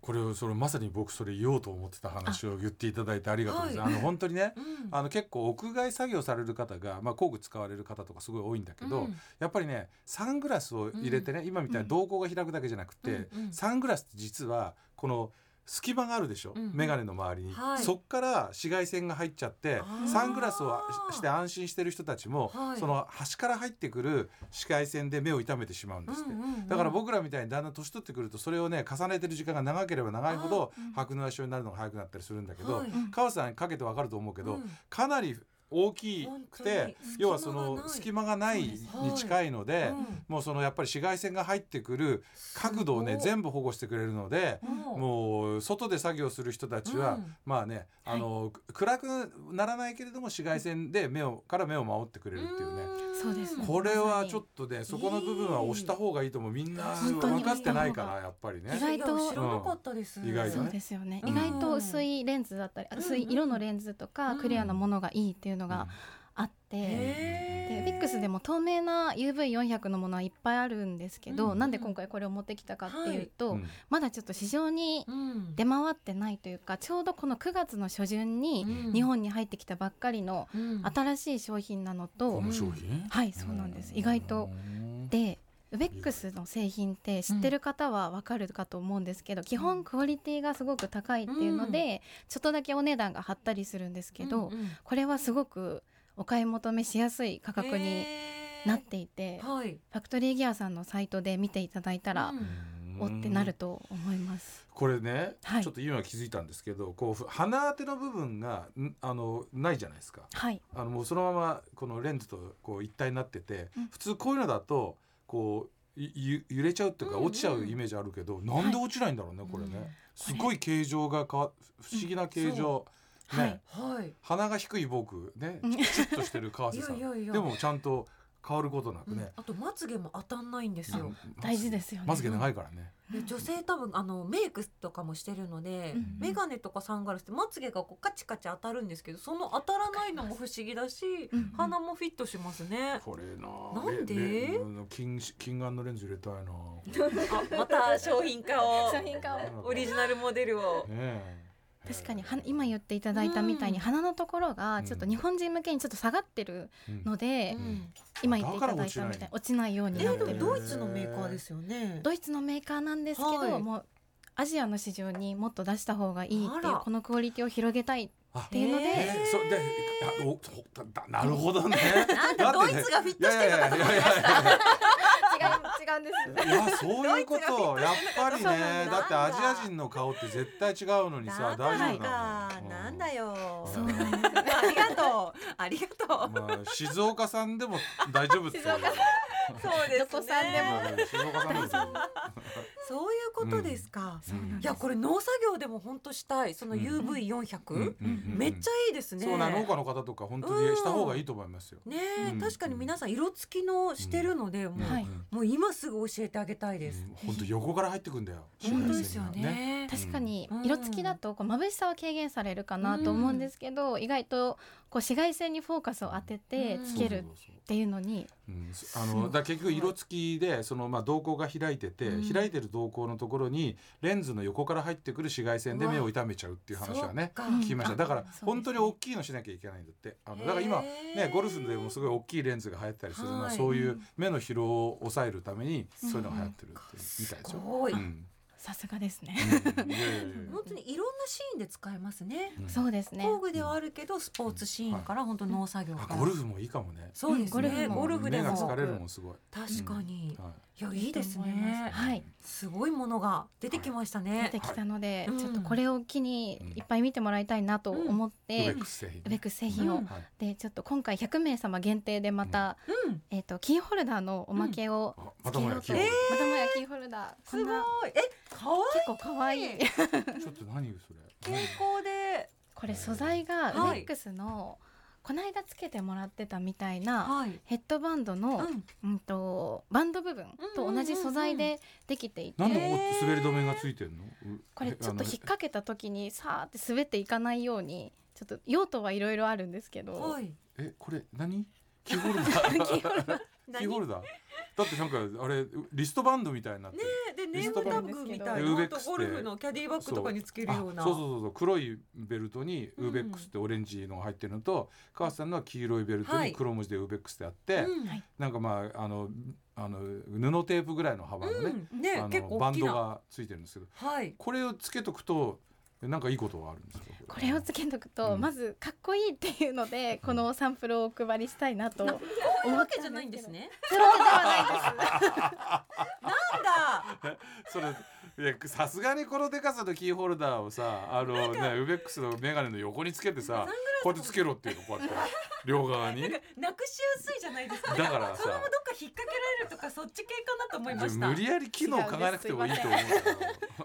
[SPEAKER 2] これをそれまさに僕それ言おうと思ってた話を言っていただいてありがとうございます。あの本当にね
[SPEAKER 1] ー、うん
[SPEAKER 2] あの結構屋外作業される方が、まあ、工具使われる方とかすごい多いんだけど、
[SPEAKER 1] うん
[SPEAKER 2] やっぱりねサングラスを入れてね、今みたいに瞳孔が開くだけじゃなくて、
[SPEAKER 1] うんうん
[SPEAKER 2] サングラスって実はこの隙間があるでしょ、
[SPEAKER 1] うんうん
[SPEAKER 2] メガネの周りに、
[SPEAKER 1] はい
[SPEAKER 2] そっから紫外線が入っちゃって
[SPEAKER 1] あー
[SPEAKER 2] サングラスをしして安心してる人たちも、
[SPEAKER 1] はい
[SPEAKER 2] その端から入ってくる紫外線で目を痛めてしまうんですって。
[SPEAKER 1] うんうんうん
[SPEAKER 2] だから僕らみたいにだんだん年取ってくるとそれをね重ねてる時間が長ければ長いほど
[SPEAKER 5] あーうん
[SPEAKER 2] 白内障になるのが早くなったりするんだけど、
[SPEAKER 1] はい
[SPEAKER 5] うん
[SPEAKER 2] 川瀬さんかけてわかると思うけど、
[SPEAKER 1] うん
[SPEAKER 2] かなり大きくて
[SPEAKER 1] 本当に
[SPEAKER 2] 要はその隙
[SPEAKER 1] 隙
[SPEAKER 2] 間がない
[SPEAKER 5] そう
[SPEAKER 2] に
[SPEAKER 5] です
[SPEAKER 2] 近いので、
[SPEAKER 1] うん
[SPEAKER 2] もうそのやっぱり紫外線が入ってくる角度をね
[SPEAKER 1] すごい
[SPEAKER 2] 全部保護してくれるので。
[SPEAKER 1] う
[SPEAKER 2] もう外で作業する人たちは、
[SPEAKER 1] うん
[SPEAKER 2] まあねあの、く暗くならないけれども紫外線で目をから目を守ってくれるっていうね、
[SPEAKER 1] ん
[SPEAKER 5] そうです
[SPEAKER 2] これはちょっとねそこの部分は押した方がいいともみんな
[SPEAKER 5] 本当
[SPEAKER 2] 分
[SPEAKER 5] に
[SPEAKER 2] かってないからやっぱり
[SPEAKER 5] 意
[SPEAKER 2] ね。
[SPEAKER 5] 外と
[SPEAKER 1] 知らなかったです、
[SPEAKER 2] うん意外と
[SPEAKER 5] そう
[SPEAKER 2] ね
[SPEAKER 5] ですよね、
[SPEAKER 2] うん
[SPEAKER 5] 意外と薄いレンズだったり
[SPEAKER 1] ん
[SPEAKER 5] 薄い色のレンズとか、クリアなものがいいっていうの
[SPEAKER 2] う
[SPEAKER 5] が
[SPEAKER 2] ん
[SPEAKER 5] あって、で
[SPEAKER 1] へ
[SPEAKER 5] ビックスでも透明な UV400 のものはいっぱいあるんですけど、
[SPEAKER 1] うんうん
[SPEAKER 5] なんで今回これを持ってきたかっていうと、
[SPEAKER 2] うん
[SPEAKER 5] まだちょっと市場に
[SPEAKER 1] うん
[SPEAKER 5] 出回ってないというかちょうどこの9月の初旬に日、本に入ってきたばっかりの
[SPEAKER 1] うん
[SPEAKER 5] 新しい商品なのと、
[SPEAKER 2] この商品
[SPEAKER 5] はいそうなんです意外と
[SPEAKER 2] うん
[SPEAKER 5] でウベックスの製品って知ってる方はわかるかと思うんですけど、基本クオリティがすごく高いっていうので、ちょっとだけお値段が張ったりするんですけど、
[SPEAKER 1] うんうん
[SPEAKER 5] これはすごくお買い求めしやすい価格に
[SPEAKER 1] へー
[SPEAKER 5] なっていて、
[SPEAKER 1] はい
[SPEAKER 5] ファクトリーギアさんのサイトで見ていただいたら、
[SPEAKER 1] うん
[SPEAKER 5] おってなると思います。
[SPEAKER 2] これね、
[SPEAKER 5] はい
[SPEAKER 2] ちょっと今気づいたんですけどこう鼻当ての部分がんあのないじゃないですか
[SPEAKER 5] はい、
[SPEAKER 2] あのもうそのままこのレンズとこう一体になってて、
[SPEAKER 5] うん
[SPEAKER 2] 普通こういうのだとこうゆゆ揺れちゃうっていうか
[SPEAKER 6] うんうん
[SPEAKER 2] 落ちちゃうイメージあるけど、なんで落ちないんだろうね、これねすごい形状が変わ不思議な形状、
[SPEAKER 5] うん
[SPEAKER 2] ね、
[SPEAKER 5] はい
[SPEAKER 1] はい。
[SPEAKER 2] 鼻が低い僕ね
[SPEAKER 5] うん
[SPEAKER 2] チッとしてる川瀬さん
[SPEAKER 1] いやいやいや
[SPEAKER 2] でもちゃんと変わることなく
[SPEAKER 1] うん
[SPEAKER 2] ね、
[SPEAKER 1] あとまつげも当たんないんですよ。
[SPEAKER 2] うん
[SPEAKER 5] 大事ですよね
[SPEAKER 2] まつげ長いからね、
[SPEAKER 1] で女性多分あのメイクとかもしてるので、
[SPEAKER 5] うん
[SPEAKER 1] メガネとかサングラスってまつげがこうカチカチ当たるんですけどその当たらないのも不思議だし
[SPEAKER 5] うん
[SPEAKER 1] 鼻もフィットしますね。
[SPEAKER 2] これな
[SPEAKER 1] なんで
[SPEAKER 2] レレうん金金眼のレンズ入れたいなこれね
[SPEAKER 1] あまた商品化を
[SPEAKER 5] 商品化を
[SPEAKER 1] オリジナルモデルを。
[SPEAKER 2] え
[SPEAKER 5] 確かには今言っていただいたみたいに
[SPEAKER 1] うん
[SPEAKER 5] 鼻のところがちょっと
[SPEAKER 2] うん
[SPEAKER 5] 日本人向けにちょっと下がってる
[SPEAKER 2] うん
[SPEAKER 5] ので、
[SPEAKER 1] うん
[SPEAKER 5] 今言っていただいたみた
[SPEAKER 2] だ
[SPEAKER 5] い
[SPEAKER 2] から
[SPEAKER 5] に落ちないよう
[SPEAKER 1] え
[SPEAKER 5] になっ
[SPEAKER 1] ー、
[SPEAKER 5] て
[SPEAKER 1] で
[SPEAKER 5] る
[SPEAKER 1] もドイツのメーカーですよね。
[SPEAKER 5] ドイツのメーカーなんですけど、
[SPEAKER 1] はい
[SPEAKER 5] もうアジアの市場にもっと出した方がいいって
[SPEAKER 1] あ
[SPEAKER 5] いう
[SPEAKER 1] ら
[SPEAKER 5] このクオリティを広げたいっていうので、
[SPEAKER 1] へ
[SPEAKER 2] えー、それであおそうだだなるほ どね。なん
[SPEAKER 1] だドイツがフィットしてるのかと思いました
[SPEAKER 5] 違う違うんです
[SPEAKER 2] いやそういうこ
[SPEAKER 1] ド
[SPEAKER 2] とやっぱりね
[SPEAKER 1] そうなんだ
[SPEAKER 2] だってアジア人の顔って絶対違うのに
[SPEAKER 1] だか
[SPEAKER 2] さ大
[SPEAKER 1] ら
[SPEAKER 2] 丈夫
[SPEAKER 1] か
[SPEAKER 2] なの
[SPEAKER 1] なんだよ。
[SPEAKER 5] そうなんです
[SPEAKER 1] ありがとう。ありがとう。
[SPEAKER 2] まあ静岡さんでも大丈夫っていう
[SPEAKER 5] 静岡さ
[SPEAKER 1] そうですね。
[SPEAKER 5] どこさんでも
[SPEAKER 2] うん静岡さんでも
[SPEAKER 1] そういうことですか。
[SPEAKER 5] そうなん
[SPEAKER 1] い
[SPEAKER 5] で
[SPEAKER 1] や
[SPEAKER 5] す
[SPEAKER 1] これ農作業でも本当したい。その
[SPEAKER 2] うん
[SPEAKER 1] UV 4 0 0
[SPEAKER 2] うんうんうん
[SPEAKER 1] めっちゃいいですね。
[SPEAKER 2] そうな農家の方とか本当にした方がいいと思いますよ。
[SPEAKER 1] ねえ、
[SPEAKER 2] うん
[SPEAKER 1] 確かに皆さん色付きのしてるので、もう、
[SPEAKER 5] はい
[SPEAKER 2] うん
[SPEAKER 1] もう今すぐ教えてあげたいです。
[SPEAKER 2] 本当横から入ってくんだよ。
[SPEAKER 1] 本当ですよね。
[SPEAKER 5] 確かに
[SPEAKER 1] うん
[SPEAKER 5] 色付きだとこう眩しさは軽減されるかなと思うんですけど、意外とこう紫外線にフォーカスを当てて
[SPEAKER 1] うん
[SPEAKER 5] つ
[SPEAKER 2] そう
[SPEAKER 5] け
[SPEAKER 2] そう
[SPEAKER 5] るっ
[SPEAKER 2] そう
[SPEAKER 5] ていうのに、
[SPEAKER 2] うん、あのだから結局色付きでそのまあ瞳孔が開いてて、
[SPEAKER 1] うん
[SPEAKER 2] 開いてる瞳孔のところにレンズの横から入ってくる紫外線で目を痛めちゃうっていう話はね
[SPEAKER 1] そうか
[SPEAKER 5] うん
[SPEAKER 2] 聞きましただから
[SPEAKER 5] そうですね
[SPEAKER 2] 本当に大きいのしなきゃいけないんだってあのだから今
[SPEAKER 1] へー
[SPEAKER 2] ねゴルフでもすごい大きいレンズが流行ったりするのは
[SPEAKER 1] はい
[SPEAKER 2] そういううん目の疲労を抑えるためにそういうのが流行ってるっていうみたいです
[SPEAKER 1] す
[SPEAKER 2] よ。
[SPEAKER 1] ごい。
[SPEAKER 2] うん
[SPEAKER 5] さすがですね。
[SPEAKER 2] うんいやいやいやいや
[SPEAKER 1] 本当にいろんなシーンで使えますね。
[SPEAKER 2] うん
[SPEAKER 5] そうですね。
[SPEAKER 1] 工具ではあるけど、スポーツシーンから本当農作業か
[SPEAKER 2] あ
[SPEAKER 1] ら。
[SPEAKER 2] ゴルフもいいかもね。
[SPEAKER 1] そうですね。
[SPEAKER 5] うん
[SPEAKER 1] ゴルフで
[SPEAKER 2] 目が
[SPEAKER 1] も。
[SPEAKER 2] 疲れるのもすごい。
[SPEAKER 1] 確かに。
[SPEAKER 2] はい
[SPEAKER 1] や、いいです
[SPEAKER 5] と思います
[SPEAKER 1] ね。
[SPEAKER 5] はい。
[SPEAKER 1] すごいものが出てきました
[SPEAKER 5] 出
[SPEAKER 1] ね
[SPEAKER 5] て。きたので、
[SPEAKER 1] はい
[SPEAKER 5] ちょっとこれを機に
[SPEAKER 2] うん
[SPEAKER 5] いっぱい見てもらいたいなと思っ
[SPEAKER 2] い。
[SPEAKER 5] て、
[SPEAKER 2] ウェックス製品ね。
[SPEAKER 5] ウェックス製品を、
[SPEAKER 1] うん
[SPEAKER 2] はい
[SPEAKER 5] でちょっと今回100名様限定でまた、
[SPEAKER 1] うん。
[SPEAKER 5] えっ、とキーホルダーのおまけを
[SPEAKER 2] あま
[SPEAKER 5] つ
[SPEAKER 2] た
[SPEAKER 5] け
[SPEAKER 2] も
[SPEAKER 5] よ
[SPEAKER 2] や
[SPEAKER 5] う
[SPEAKER 2] キ
[SPEAKER 5] と、
[SPEAKER 2] ーホルダー
[SPEAKER 5] またもやキーホルダー。こ
[SPEAKER 1] す
[SPEAKER 5] ん
[SPEAKER 1] ご。
[SPEAKER 5] ない
[SPEAKER 1] え、可
[SPEAKER 5] 結構可愛い。
[SPEAKER 2] ちょっと何それ。
[SPEAKER 1] 愛い。健康で。
[SPEAKER 5] これ素材がウ
[SPEAKER 1] はい
[SPEAKER 5] ェックスの、こないだつけてもらってたみたい な
[SPEAKER 1] はい。
[SPEAKER 5] ヘッドバンドの、
[SPEAKER 1] うん。
[SPEAKER 5] うん、とバンド部分と同じ素材でできていて、
[SPEAKER 2] なんでここ滑り止めがついてんの？う
[SPEAKER 5] これちょっと引っ
[SPEAKER 2] あ
[SPEAKER 5] 掛けた時にさーって滑っていかないようにちょっと用途はいろいろあるんですけど、
[SPEAKER 1] はい。
[SPEAKER 2] のえこれ何？キーホルダー。キーホ
[SPEAKER 1] 何
[SPEAKER 2] ルダー。だってなんかあれリストバンドみたいになってる。
[SPEAKER 1] で、ネ
[SPEAKER 2] リ
[SPEAKER 1] ーム
[SPEAKER 2] スト
[SPEAKER 1] タ
[SPEAKER 2] バ
[SPEAKER 5] ンド
[SPEAKER 1] グみたい
[SPEAKER 2] で
[SPEAKER 1] な、
[SPEAKER 2] ウーベ
[SPEAKER 1] 本
[SPEAKER 2] ック
[SPEAKER 1] 当
[SPEAKER 2] ス
[SPEAKER 1] ゴルフのキャディバッグとかにつけるような。
[SPEAKER 2] あそうそうそうそう黒いベルトにウーベックスってオレンジのが入ってるのと、川瀬さんのは黄色いベルト
[SPEAKER 1] は
[SPEAKER 2] に
[SPEAKER 1] い
[SPEAKER 2] 黒文字でウーベックスってあって、
[SPEAKER 1] うん
[SPEAKER 5] はい
[SPEAKER 2] なんかまああのあの布テープぐらいの幅のね、
[SPEAKER 1] うんね
[SPEAKER 2] あ、
[SPEAKER 1] 結構
[SPEAKER 2] のバ
[SPEAKER 1] 大
[SPEAKER 2] ン
[SPEAKER 1] き
[SPEAKER 2] ド
[SPEAKER 1] な。
[SPEAKER 2] がついてるんですけど、
[SPEAKER 1] はい。
[SPEAKER 2] これをつけとくとなんかいいことはあるんですか？
[SPEAKER 5] これをつけとくと、
[SPEAKER 2] うん
[SPEAKER 5] まずかっこいいっていうのでこのサンプルをお配りしたいなと思って
[SPEAKER 1] そういうわけじゃないんですね。
[SPEAKER 5] それではないです
[SPEAKER 1] なんだ。
[SPEAKER 2] それいやさすがにこのデカさのキーホルダーをさあのねウベックスのメガネの横につけてさこうやってつけろっていうのこうやって両側に
[SPEAKER 1] なくしやすいじゃないですか。
[SPEAKER 2] だから
[SPEAKER 1] そのま
[SPEAKER 2] さ
[SPEAKER 1] まどっか引っ掛けられるとか、そっち系かなと思いました。
[SPEAKER 2] 無理やり機能考えなくてもいいと思う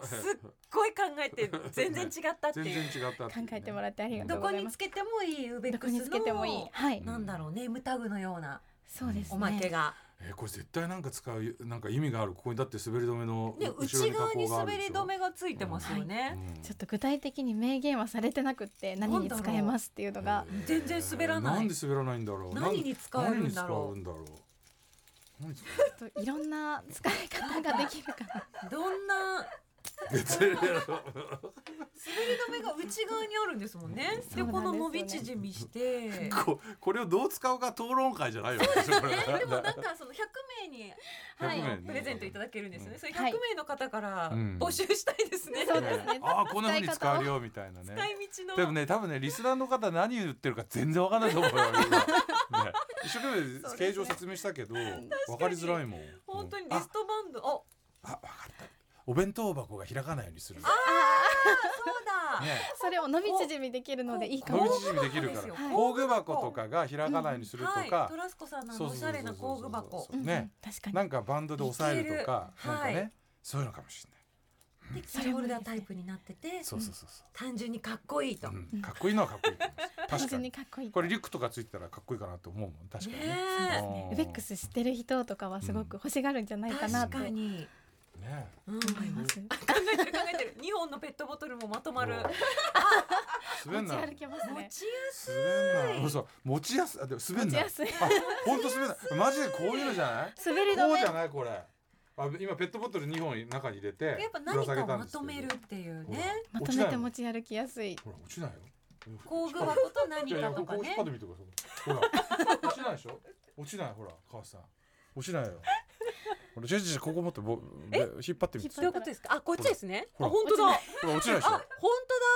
[SPEAKER 1] す
[SPEAKER 2] けど
[SPEAKER 1] っごい考えて、全然違ったって
[SPEAKER 2] 全
[SPEAKER 1] い
[SPEAKER 2] 然違
[SPEAKER 1] う。
[SPEAKER 2] ったっていうね
[SPEAKER 5] 考えてもらってありがと
[SPEAKER 1] ど
[SPEAKER 5] う
[SPEAKER 1] こ
[SPEAKER 5] ござい
[SPEAKER 1] に
[SPEAKER 5] ま
[SPEAKER 1] つ
[SPEAKER 5] す
[SPEAKER 1] けてもいいウベッ
[SPEAKER 5] どこ
[SPEAKER 1] クス
[SPEAKER 5] に
[SPEAKER 1] の。
[SPEAKER 5] つけてもいいはい
[SPEAKER 1] なんだろうネームタグのような
[SPEAKER 5] そうですね
[SPEAKER 1] おまけが、
[SPEAKER 2] えこれ絶対なんか使うなんか意味があるここにだって滑り止めの
[SPEAKER 1] ね
[SPEAKER 2] 後
[SPEAKER 1] 内
[SPEAKER 2] ろ
[SPEAKER 1] 側
[SPEAKER 2] に
[SPEAKER 1] に
[SPEAKER 2] 加工があ
[SPEAKER 1] 滑
[SPEAKER 2] るで
[SPEAKER 1] り
[SPEAKER 2] しょ
[SPEAKER 1] 止めがついてますよね、
[SPEAKER 2] うん
[SPEAKER 5] ちょっと具体的に明言はされてなくって何に使えますっていうのが
[SPEAKER 2] えー
[SPEAKER 1] 全然滑らない
[SPEAKER 2] なんで滑らないんだろうなん
[SPEAKER 1] 何に使えるんだろう
[SPEAKER 2] 何に使うんだろう何に使う
[SPEAKER 5] ちょっといろんな使い方ができるかな
[SPEAKER 1] どんな
[SPEAKER 2] 別に
[SPEAKER 1] 滑り止めが内側にあるんですもんね
[SPEAKER 5] そ
[SPEAKER 1] で
[SPEAKER 5] うなんですよね
[SPEAKER 1] この伸び縮みして
[SPEAKER 2] ここれをどう使うか討論会じゃないよね。これ
[SPEAKER 1] えでもなんかその100名に、はい
[SPEAKER 2] 100名ね
[SPEAKER 1] プレゼントいただけるんですね、
[SPEAKER 2] うん
[SPEAKER 1] それ100
[SPEAKER 5] はい
[SPEAKER 1] 名の方から
[SPEAKER 2] うん
[SPEAKER 1] 募集したいですね、
[SPEAKER 5] そうですね
[SPEAKER 2] ああこんな風に使えるよみたいなね。
[SPEAKER 1] 使い道の
[SPEAKER 2] でもね多分ねリスナーの方何言ってるか全然わかんないと思う よ。今ね一生懸命形状説明したけどわかりづらいもん。
[SPEAKER 1] 本当にリ
[SPEAKER 2] あ
[SPEAKER 1] ストバンド
[SPEAKER 2] あわかった。お弁当箱が開かないようにするの
[SPEAKER 1] そうだ。
[SPEAKER 2] ね
[SPEAKER 5] それを伸び縮みできるのでいいか
[SPEAKER 2] 伸び
[SPEAKER 5] も。
[SPEAKER 2] 縮みできるか
[SPEAKER 1] 工具箱で
[SPEAKER 2] ら
[SPEAKER 1] すよ
[SPEAKER 2] 工具箱とかが開かないようにすると
[SPEAKER 1] はい、
[SPEAKER 2] か
[SPEAKER 1] トラスコさんのあ
[SPEAKER 2] そ
[SPEAKER 1] の
[SPEAKER 2] う
[SPEAKER 1] お
[SPEAKER 2] そう
[SPEAKER 1] し
[SPEAKER 2] そう
[SPEAKER 1] ゃ
[SPEAKER 2] そ
[SPEAKER 1] れ
[SPEAKER 2] う
[SPEAKER 1] な工具箱
[SPEAKER 5] うんうん
[SPEAKER 2] ね
[SPEAKER 5] 確かに。
[SPEAKER 2] なんかバンドで押さえるとか
[SPEAKER 1] いける
[SPEAKER 2] なんか
[SPEAKER 1] は
[SPEAKER 2] ね
[SPEAKER 1] い
[SPEAKER 2] そういうのかもしれない
[SPEAKER 1] でキーホルダータイプになってて、
[SPEAKER 2] そうそうそうそ
[SPEAKER 1] 単純にかっこいいと。
[SPEAKER 2] う
[SPEAKER 1] ね
[SPEAKER 2] うんかっこいいのはかっこいいと思います
[SPEAKER 5] 単
[SPEAKER 2] 確か
[SPEAKER 5] 純
[SPEAKER 2] に
[SPEAKER 5] にかっこいい。
[SPEAKER 2] これリュックとかついてたらかっこいいかなと思うもん確かにね
[SPEAKER 1] え
[SPEAKER 2] うん
[SPEAKER 5] ウベックス知ってる人とかはすごく欲しがるんじゃないかな
[SPEAKER 1] 確か
[SPEAKER 5] と思い
[SPEAKER 1] に。
[SPEAKER 2] ね
[SPEAKER 1] うん、
[SPEAKER 5] ま
[SPEAKER 1] 考
[SPEAKER 5] す。
[SPEAKER 1] えてる考えてる。二本のペットボトルもまとまる。
[SPEAKER 2] そう滑
[SPEAKER 5] 持
[SPEAKER 2] ん
[SPEAKER 5] ち
[SPEAKER 2] な
[SPEAKER 5] 歩けます
[SPEAKER 1] 持
[SPEAKER 5] ね。
[SPEAKER 1] ちやす
[SPEAKER 2] 滑んないそう持ちやすあでも滑んない
[SPEAKER 5] 持ちやすい
[SPEAKER 2] あ本当滑んないマジでこういうのじゃない
[SPEAKER 5] 滑り止
[SPEAKER 2] こう
[SPEAKER 5] め
[SPEAKER 2] じゃ。ないこれあ今ペットボトル2本中に入れて
[SPEAKER 1] い。やっぱ
[SPEAKER 2] ぶら
[SPEAKER 1] 何
[SPEAKER 2] 下げ
[SPEAKER 1] か
[SPEAKER 2] た
[SPEAKER 1] を
[SPEAKER 2] ん
[SPEAKER 1] ま
[SPEAKER 2] ですけ
[SPEAKER 1] と
[SPEAKER 2] ど
[SPEAKER 1] めるっていうね。
[SPEAKER 5] ま
[SPEAKER 2] 落
[SPEAKER 5] と
[SPEAKER 2] ちな
[SPEAKER 5] め
[SPEAKER 2] い
[SPEAKER 5] て
[SPEAKER 2] よ
[SPEAKER 5] 持ち歩きやすい。
[SPEAKER 2] ほら落ちないよ
[SPEAKER 1] 工具箱と
[SPEAKER 2] い
[SPEAKER 1] 何
[SPEAKER 2] やいや
[SPEAKER 1] かと
[SPEAKER 2] こ
[SPEAKER 1] か
[SPEAKER 2] こ引
[SPEAKER 1] ね
[SPEAKER 2] っ張っ。てみてくださいほら落ちないでしょ落ちないほら川瀬さん落ちないよほらジェジェここ持ってぼべ引っ張ってみて
[SPEAKER 5] 引っ
[SPEAKER 1] どう
[SPEAKER 5] 張
[SPEAKER 1] い
[SPEAKER 5] る
[SPEAKER 1] うことですか。あ、こっちですね。あ、
[SPEAKER 2] ほら
[SPEAKER 1] 本当だ。あ、
[SPEAKER 2] ほら落ちないでしょ
[SPEAKER 1] 本当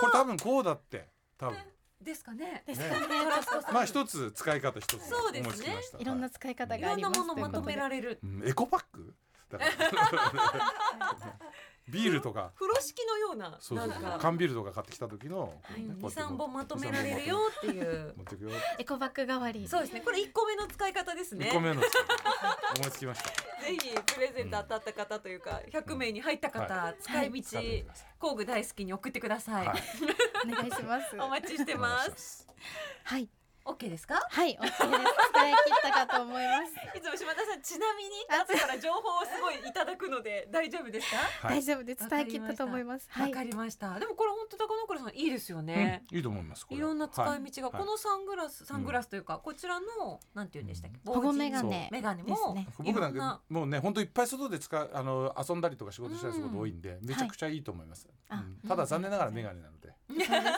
[SPEAKER 2] これ多分こうだって多分
[SPEAKER 1] だ。 ですかね。
[SPEAKER 5] です
[SPEAKER 2] ね
[SPEAKER 5] かね。
[SPEAKER 1] トラスコさん。
[SPEAKER 2] まあ一つ使い方一つ
[SPEAKER 1] そう
[SPEAKER 2] 思
[SPEAKER 1] で
[SPEAKER 2] い
[SPEAKER 1] すね
[SPEAKER 2] つきました
[SPEAKER 5] いろん
[SPEAKER 2] は
[SPEAKER 5] な使い方
[SPEAKER 1] い
[SPEAKER 5] が
[SPEAKER 1] ろ
[SPEAKER 5] あ
[SPEAKER 1] ん
[SPEAKER 5] り
[SPEAKER 1] な
[SPEAKER 5] ます
[SPEAKER 1] ものまとめら
[SPEAKER 5] れ
[SPEAKER 1] れる。
[SPEAKER 2] うんエコパック だからビールとか
[SPEAKER 1] 風呂敷のような。
[SPEAKER 2] そうそ
[SPEAKER 1] な
[SPEAKER 2] うんそう
[SPEAKER 1] か。
[SPEAKER 2] 缶ビールとか買ってきた時のこうね
[SPEAKER 1] 二
[SPEAKER 2] こうやって
[SPEAKER 1] 三本まとめられるよっていう。
[SPEAKER 2] 持ってくよ
[SPEAKER 5] エコバッグ代わり。
[SPEAKER 1] そうですね。これ一個目の使い方ですね。
[SPEAKER 2] 2個目の使い方思いつき ました
[SPEAKER 1] ぜひプレゼント当たった方というか、100名に入った方、
[SPEAKER 2] は
[SPEAKER 1] 使い道、
[SPEAKER 2] 使ってみてくださ
[SPEAKER 1] 工具大好きに送ってください。
[SPEAKER 2] はい
[SPEAKER 5] お願いします。
[SPEAKER 1] お待ちして
[SPEAKER 2] いお
[SPEAKER 1] ま
[SPEAKER 2] 願いし
[SPEAKER 1] す
[SPEAKER 2] ま。す
[SPEAKER 5] はい。
[SPEAKER 1] OK ですか？
[SPEAKER 5] はい。お疲れ伝え切ったかと思います。
[SPEAKER 1] いつも島田さんちなみに後から情報をすごいいただくので大丈夫ですか？
[SPEAKER 2] はい
[SPEAKER 5] 大丈夫です。伝え切ったと思います。
[SPEAKER 1] わ、
[SPEAKER 5] はい。
[SPEAKER 1] かりました。でもこれ本当高野倉さんいいですよね。
[SPEAKER 2] うんいいと思いますこれ
[SPEAKER 1] いろんな使
[SPEAKER 2] はい
[SPEAKER 1] 道が、
[SPEAKER 2] はい
[SPEAKER 1] このサングラスサングラスというか、こちらのなんて言うんでしたっけ？
[SPEAKER 5] 保護メガ
[SPEAKER 2] ネ
[SPEAKER 5] ネ
[SPEAKER 1] メガネ
[SPEAKER 5] で
[SPEAKER 1] も
[SPEAKER 5] すね。
[SPEAKER 2] 僕な
[SPEAKER 1] いろ
[SPEAKER 2] ん
[SPEAKER 1] んな
[SPEAKER 2] かもうね本当いっぱい外で使うあの遊んだりとか仕事したりすること多いんで、めちゃくちゃいいと思います、
[SPEAKER 5] はい
[SPEAKER 2] うんただ残念ながらメガネな ので、
[SPEAKER 5] そうですね。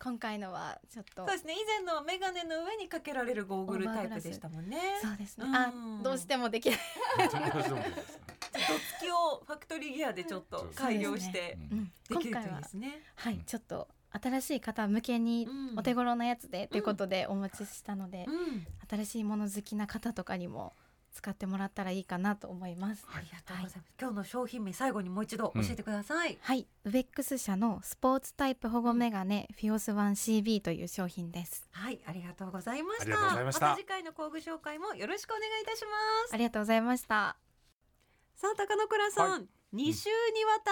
[SPEAKER 5] 今回のはちょっ
[SPEAKER 1] そ
[SPEAKER 5] と
[SPEAKER 1] う。ですね。以前のはメガネの上にかけられるゴーグルタイプでしたもんね。
[SPEAKER 5] そうですね。
[SPEAKER 1] うん
[SPEAKER 5] あ、どうしてもできない。
[SPEAKER 2] どうしてもいいですね
[SPEAKER 1] ちょっと月をファクトリーギアでちょっ と改良して
[SPEAKER 2] うん
[SPEAKER 5] うん
[SPEAKER 1] で
[SPEAKER 5] 今
[SPEAKER 1] きるとい
[SPEAKER 5] 回
[SPEAKER 1] い
[SPEAKER 5] は
[SPEAKER 1] ですね。
[SPEAKER 5] は
[SPEAKER 2] うん
[SPEAKER 5] い、ちょっと新しい方向けに
[SPEAKER 1] うん
[SPEAKER 5] お手頃なやつでということでお持ちしたので
[SPEAKER 1] う、ん、
[SPEAKER 5] 新しいもの好きな方とかにも使ってもらったらいいかなと思います。
[SPEAKER 1] ありがとうございます。今日の商品名最後にもう一度教えてください。
[SPEAKER 5] はい、ウベックス社のスポーツタイプ保護メガネフィオス 1CB という商品です。
[SPEAKER 1] はい、ありがとうございました。
[SPEAKER 2] ありがとうございました
[SPEAKER 1] 次回の工具紹介もよろしくお願いいたします。
[SPEAKER 5] ありがとうございました。
[SPEAKER 1] さあ、高野倉さん、
[SPEAKER 2] はい
[SPEAKER 1] 2週にわた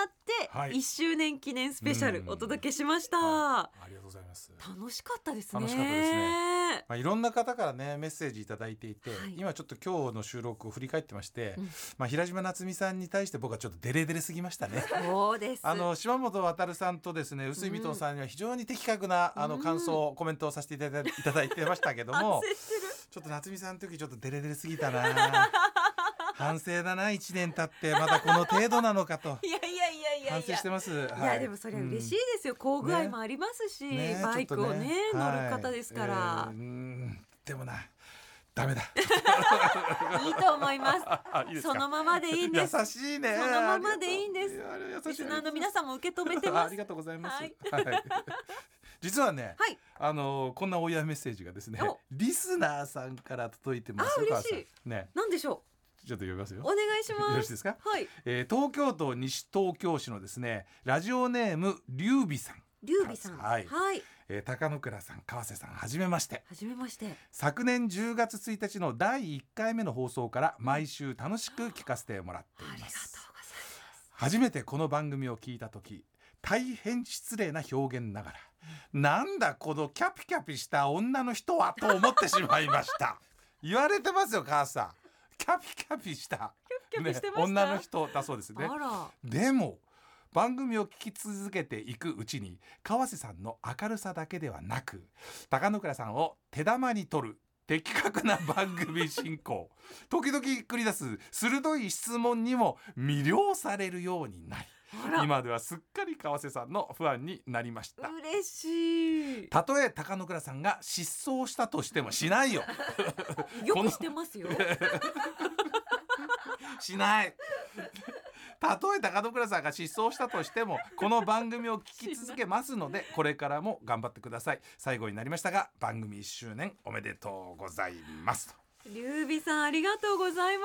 [SPEAKER 2] は
[SPEAKER 1] っ
[SPEAKER 2] い
[SPEAKER 1] て1周年記念スペシャル
[SPEAKER 2] うん
[SPEAKER 1] お届けしました。
[SPEAKER 2] はありがとうございます
[SPEAKER 1] 楽しかったですね。
[SPEAKER 2] 楽しかったですねまあ、いろんな方からねメッセージいただいていて、
[SPEAKER 1] はい
[SPEAKER 2] 今ちょっと今日の収録を振り返ってまして、
[SPEAKER 1] うん
[SPEAKER 2] まあ、平島夏美さんに対して僕はちょっとデレデレすぎ ましたね。
[SPEAKER 1] そうです。
[SPEAKER 2] あの島本渉さんとですね臼井美藤さんには非常に的確な、あの感想コメントをさせていただいいただいてましたけど も
[SPEAKER 1] 反省してる。
[SPEAKER 2] ちょっと夏美さんの時ちょっとデレデレすぎたな反省だな1年経ってまだこの程度なのかと
[SPEAKER 1] いやいやいやいやいや。
[SPEAKER 2] 反省してます。い
[SPEAKER 1] いやでもそれは嬉しいですよ、工具愛もありますし、
[SPEAKER 2] ね
[SPEAKER 1] バイクをね
[SPEAKER 2] ちょっと
[SPEAKER 1] 乗
[SPEAKER 2] ね
[SPEAKER 1] る方ですから、
[SPEAKER 2] はいえーうーんでもなダメだ
[SPEAKER 1] いいと思います
[SPEAKER 2] あ いいです
[SPEAKER 1] そ
[SPEAKER 2] か
[SPEAKER 1] のままでいいんです
[SPEAKER 2] 優しいね
[SPEAKER 1] そのままでいいんです
[SPEAKER 2] ありがとう
[SPEAKER 1] リ
[SPEAKER 2] いやあれ優しい
[SPEAKER 1] スナーの皆さんも受け止めて
[SPEAKER 2] あ
[SPEAKER 1] ま
[SPEAKER 2] あ
[SPEAKER 1] す
[SPEAKER 2] りがとうございます
[SPEAKER 1] はい
[SPEAKER 2] はい、 実はね、
[SPEAKER 1] はい
[SPEAKER 2] あのこんなお祝いメッセージがですね
[SPEAKER 1] お
[SPEAKER 2] リスナーさんから届いてます
[SPEAKER 1] あ嬉しい
[SPEAKER 2] 川瀬さんね
[SPEAKER 1] なんでしょ
[SPEAKER 2] ちょっと呼びます
[SPEAKER 1] う
[SPEAKER 2] よ
[SPEAKER 1] お願いし
[SPEAKER 2] よ
[SPEAKER 1] ま
[SPEAKER 2] ろしい
[SPEAKER 1] す
[SPEAKER 2] ですか、
[SPEAKER 1] はい
[SPEAKER 2] えー、東京都西東京市のですねラジオネーム劉備さん、
[SPEAKER 1] 劉備さん
[SPEAKER 2] はい
[SPEAKER 1] はい、
[SPEAKER 2] えー、高野倉さん川瀬さんはじめまして
[SPEAKER 1] はじめまして
[SPEAKER 2] 昨年10月1日の第1回目の放送から毎週楽しく聞かせてもらって
[SPEAKER 1] あ
[SPEAKER 2] い
[SPEAKER 1] りがとうございま
[SPEAKER 2] ます
[SPEAKER 1] す
[SPEAKER 2] 初めてこの番組を聞いた時大変失礼な表現ながらなんだこのキャピキャピした女の人はと思ってしまいました 言われてますよ母さんキャピキャピした
[SPEAKER 1] キャピキャピしてました
[SPEAKER 2] ね、女の人だそうですね
[SPEAKER 1] あら
[SPEAKER 2] でも番組を聞き続けていくうちに川瀬さんの明るさだけではなく高野倉さんを手玉に取る的確な番組進行 時々繰り出す鋭い質問にも魅了されるようになり
[SPEAKER 1] あら
[SPEAKER 2] 今ではすっかり川瀬さんのファンになりました
[SPEAKER 1] 嬉しい
[SPEAKER 2] たとえ高野倉さんが失踪したとしてもしないよ
[SPEAKER 1] よくしてます よ
[SPEAKER 2] しないたとえ高野倉さんが失踪したとしてもこの番組を聞き続けますのでこれからも頑張ってください最後になりましたが番組1周年おめでとうございます
[SPEAKER 1] 劉備さんありがとうございま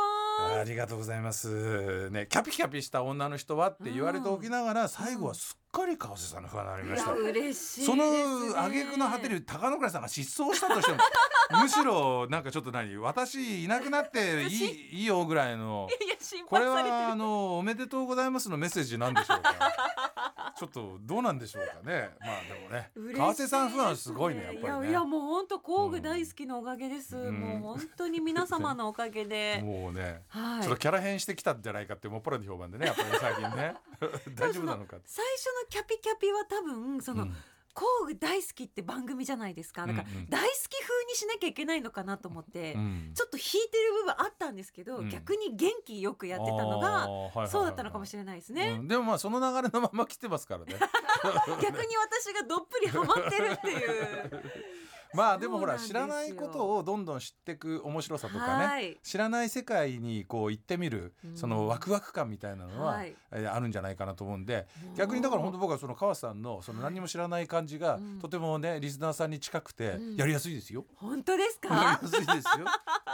[SPEAKER 1] す
[SPEAKER 2] ありがとうございます。ね、キャピキャピした女の人はって言われておきながら、最後はすっかり川瀬さんの方になりました。
[SPEAKER 7] 嬉しいです
[SPEAKER 2] その
[SPEAKER 7] ね
[SPEAKER 2] 挙句の果てに高野倉さんが失踪したとしてもむしろなんかちょっと何私いなくな っていいいいよぐらいの
[SPEAKER 7] いや心
[SPEAKER 2] こ
[SPEAKER 7] 配
[SPEAKER 2] れ
[SPEAKER 7] されてる
[SPEAKER 2] はあのおめでとうございますのメッセージなんでしょうか ちょっとどうなんでしょうかねまあ
[SPEAKER 7] 嬉し
[SPEAKER 2] でも
[SPEAKER 7] い
[SPEAKER 2] ね
[SPEAKER 7] ですね
[SPEAKER 2] 川瀬さんファンすごいねやっ
[SPEAKER 1] い
[SPEAKER 2] ぱ
[SPEAKER 1] や
[SPEAKER 2] り
[SPEAKER 1] い
[SPEAKER 2] ね
[SPEAKER 1] やもう本当工具大好きのおかげです、
[SPEAKER 2] うん
[SPEAKER 1] もう本当に皆様のおかげ で、
[SPEAKER 2] もうね
[SPEAKER 1] はい
[SPEAKER 2] ちょっとキャラ変してきたんじゃないかってもっぱらの評判でねやっぱり 最近ね 大丈夫なのかって。
[SPEAKER 1] 最初のキャピキャピは多分その、
[SPEAKER 2] うん
[SPEAKER 1] 工具大好きって番組じゃないですかだから
[SPEAKER 2] うんうん
[SPEAKER 1] 大好き風にしなきゃいけないのかなと思って、
[SPEAKER 2] うん
[SPEAKER 1] ちょっと引いてる部分あったんですけど、
[SPEAKER 2] うん
[SPEAKER 1] 逆に元気よくやってたのが、
[SPEAKER 2] あーはいはいはいはい
[SPEAKER 1] そうだったのかもしれないですね、
[SPEAKER 2] うんでもまあその流れのまま来てますから ね
[SPEAKER 1] 逆に私がどっぷりハマってるっていう
[SPEAKER 2] まあでもほら
[SPEAKER 1] そう
[SPEAKER 2] 知
[SPEAKER 1] な
[SPEAKER 2] ら
[SPEAKER 1] んです
[SPEAKER 2] な
[SPEAKER 1] よ
[SPEAKER 2] いことをどんどん知ってく面白さとか
[SPEAKER 1] は
[SPEAKER 2] ね
[SPEAKER 1] い
[SPEAKER 2] 知らない世界にこう行ってみる
[SPEAKER 1] うん
[SPEAKER 2] そのワクワク感みたいなのは
[SPEAKER 1] はい
[SPEAKER 2] えーあるんじゃないかなと思うんで逆にだから本当僕はその川瀬さんのその何も知らない感じが
[SPEAKER 1] うん
[SPEAKER 2] とてもねリスナーさんに近くて
[SPEAKER 1] うん
[SPEAKER 2] やりやすいですよ。
[SPEAKER 1] 本当です
[SPEAKER 2] や
[SPEAKER 1] か
[SPEAKER 2] りやすいですよ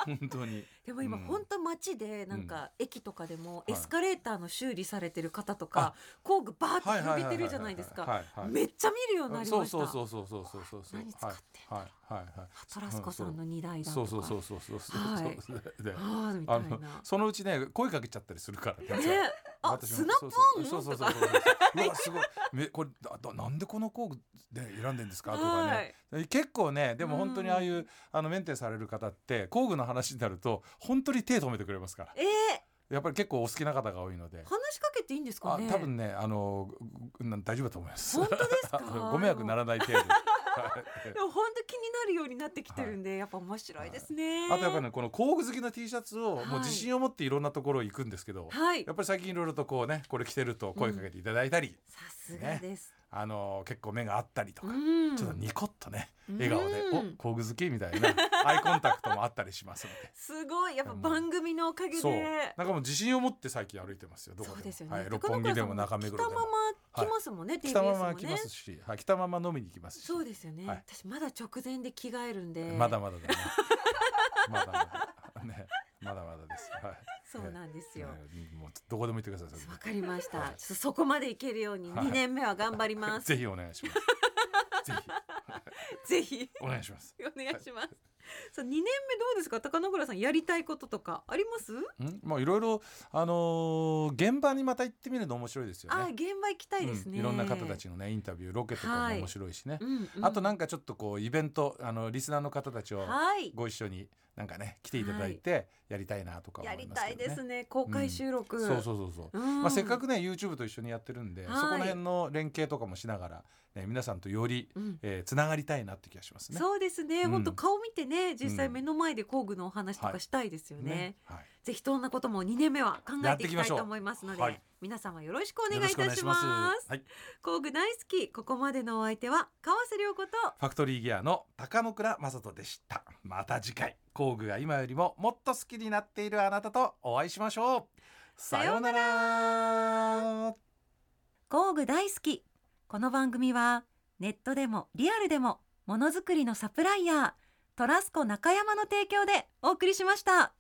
[SPEAKER 2] 本当に。
[SPEAKER 1] でも今
[SPEAKER 2] うん
[SPEAKER 1] 本当街でなんか駅とかでも
[SPEAKER 2] い
[SPEAKER 1] エスカレーターの修理されてる方とか工具バーッと広げてるじゃないですか
[SPEAKER 2] はいはいはいはい
[SPEAKER 1] めっちゃ見るようになり
[SPEAKER 2] そ
[SPEAKER 1] ま
[SPEAKER 2] う
[SPEAKER 1] した
[SPEAKER 2] そうそうそうそうそうそうそう
[SPEAKER 1] 何使ってんだろう
[SPEAKER 2] はいはいはいはい
[SPEAKER 1] トラスコさんの荷台だと
[SPEAKER 2] そう
[SPEAKER 1] か
[SPEAKER 2] そうそうそうそうそう
[SPEAKER 1] はい
[SPEAKER 2] そうで
[SPEAKER 1] ああみた
[SPEAKER 2] あ
[SPEAKER 1] い
[SPEAKER 2] の
[SPEAKER 1] な
[SPEAKER 2] そのうちね声かけちゃったりするから
[SPEAKER 1] ねあ
[SPEAKER 2] 私も
[SPEAKER 1] スナップオン
[SPEAKER 2] そうそうそうそうそうそううわすごいめこれだだなんでこの工具で選んでんですかとか
[SPEAKER 1] は
[SPEAKER 2] ね
[SPEAKER 1] い
[SPEAKER 2] 結構ねでも本当にああいう、
[SPEAKER 1] う
[SPEAKER 2] あのメンテされる方って工具の話になると本当に手止めてくれますから
[SPEAKER 1] えー
[SPEAKER 2] やっぱり結構お好きな方が多いの
[SPEAKER 1] 話
[SPEAKER 2] で。
[SPEAKER 1] しかけていいんですか
[SPEAKER 2] あ
[SPEAKER 1] ね
[SPEAKER 2] 多分ねあのぐなん大丈夫だと思います
[SPEAKER 1] 本当ですか
[SPEAKER 2] ご迷惑ならない程度はい
[SPEAKER 1] でも本当気になるようになってきてるんで、やっぱ面白いですね。
[SPEAKER 2] あとやっぱりねこの工具好きの T シャツをもう自信を持っていろんなところ行くんですけど、
[SPEAKER 1] はい
[SPEAKER 2] やっぱり最近いろいろとこうねこれ着てると声かけていただいたり、
[SPEAKER 1] さすがです。
[SPEAKER 2] あの結構目が合ったりとか、
[SPEAKER 1] うん
[SPEAKER 2] ちょっとニコッとね笑顔で「
[SPEAKER 1] うん
[SPEAKER 2] お工具好き」みたいなアイコンタクトもあったりしますので
[SPEAKER 1] すごいやっぱ番組のおかげで。
[SPEAKER 2] そ
[SPEAKER 1] そうう
[SPEAKER 2] なんかもう自信を持って最近歩いてますよどこでも
[SPEAKER 1] ですよね。
[SPEAKER 2] はい、六本木でも中目黒で
[SPEAKER 1] 来たま
[SPEAKER 2] も
[SPEAKER 1] ま来ますもんね。
[SPEAKER 2] 来
[SPEAKER 1] TBS
[SPEAKER 2] た
[SPEAKER 1] も
[SPEAKER 2] ま
[SPEAKER 1] ね
[SPEAKER 2] ま来ますし、はい、来たまま飲みに行きますし
[SPEAKER 1] そうですよね、
[SPEAKER 2] はい
[SPEAKER 1] 私まだ直前で着替えるんで。
[SPEAKER 2] まだ まだだねまだまだね まだまだですはい
[SPEAKER 1] そうなんですよ。わ、
[SPEAKER 2] うんもうどこでも行ってくださいそれで
[SPEAKER 1] かりました。
[SPEAKER 2] はい
[SPEAKER 1] ちょっとそこまでいけるように
[SPEAKER 2] はい
[SPEAKER 1] 2年目は頑張ります。
[SPEAKER 2] ぜひお願 いします。ぜひ
[SPEAKER 1] ぜひ。
[SPEAKER 2] お願いします。
[SPEAKER 1] お願いします。そう2年目どうですか高野倉さんやりたいこととかあります、
[SPEAKER 2] んまあいろいろあのー現場にまた行ってみるの面白いですよ
[SPEAKER 1] あ
[SPEAKER 2] ね。
[SPEAKER 1] 現場行きたいですね、
[SPEAKER 2] うんいろんな方たちのねインタビューロケとかも面白いしね
[SPEAKER 1] う。んうん
[SPEAKER 2] あとなんかちょっとこうイベントあのリスナーの方たちを
[SPEAKER 1] はい
[SPEAKER 2] ご一緒になんかね来ていただいてやりたいなとか思
[SPEAKER 1] や
[SPEAKER 2] い
[SPEAKER 1] り
[SPEAKER 2] ま
[SPEAKER 1] た
[SPEAKER 2] す
[SPEAKER 1] い
[SPEAKER 2] けど
[SPEAKER 1] です
[SPEAKER 2] ね。
[SPEAKER 1] ね公開収録、
[SPEAKER 2] そうそうそうそう。
[SPEAKER 1] うん
[SPEAKER 2] まあせっかくね YouTube と一緒にやってるんで、
[SPEAKER 1] はい
[SPEAKER 2] そこら辺の連携とかもしながら、ね、皆さんとより、
[SPEAKER 1] うん
[SPEAKER 2] えーつながりたいなって気がしますね。
[SPEAKER 1] そうですね、
[SPEAKER 2] うん
[SPEAKER 1] 本当顔見てね実際
[SPEAKER 2] うん
[SPEAKER 1] 目の前で工具のお話とかしたいですよね,、
[SPEAKER 2] はい。
[SPEAKER 1] ぜひどんなことも2年目は考えていきたいと思いますので、
[SPEAKER 2] やっていきましょうはい
[SPEAKER 1] 皆様よろしくお願
[SPEAKER 2] よ
[SPEAKER 1] い
[SPEAKER 2] ろ
[SPEAKER 1] い
[SPEAKER 2] しくお
[SPEAKER 1] た
[SPEAKER 2] 願い
[SPEAKER 1] し
[SPEAKER 2] し
[SPEAKER 1] ま
[SPEAKER 2] ますす。はい。
[SPEAKER 1] 工具大好きここまでのお相手は川瀬良子と
[SPEAKER 2] ファクトリーギアの高野倉正人でした。また次回、工具が今よりももっと好きになっているあなたとお会いしましょう。さようなら。
[SPEAKER 1] 工具大好きこの番組はネットでもリアルでもものづくりのサプライヤートラスコ中山の提供でお送りしました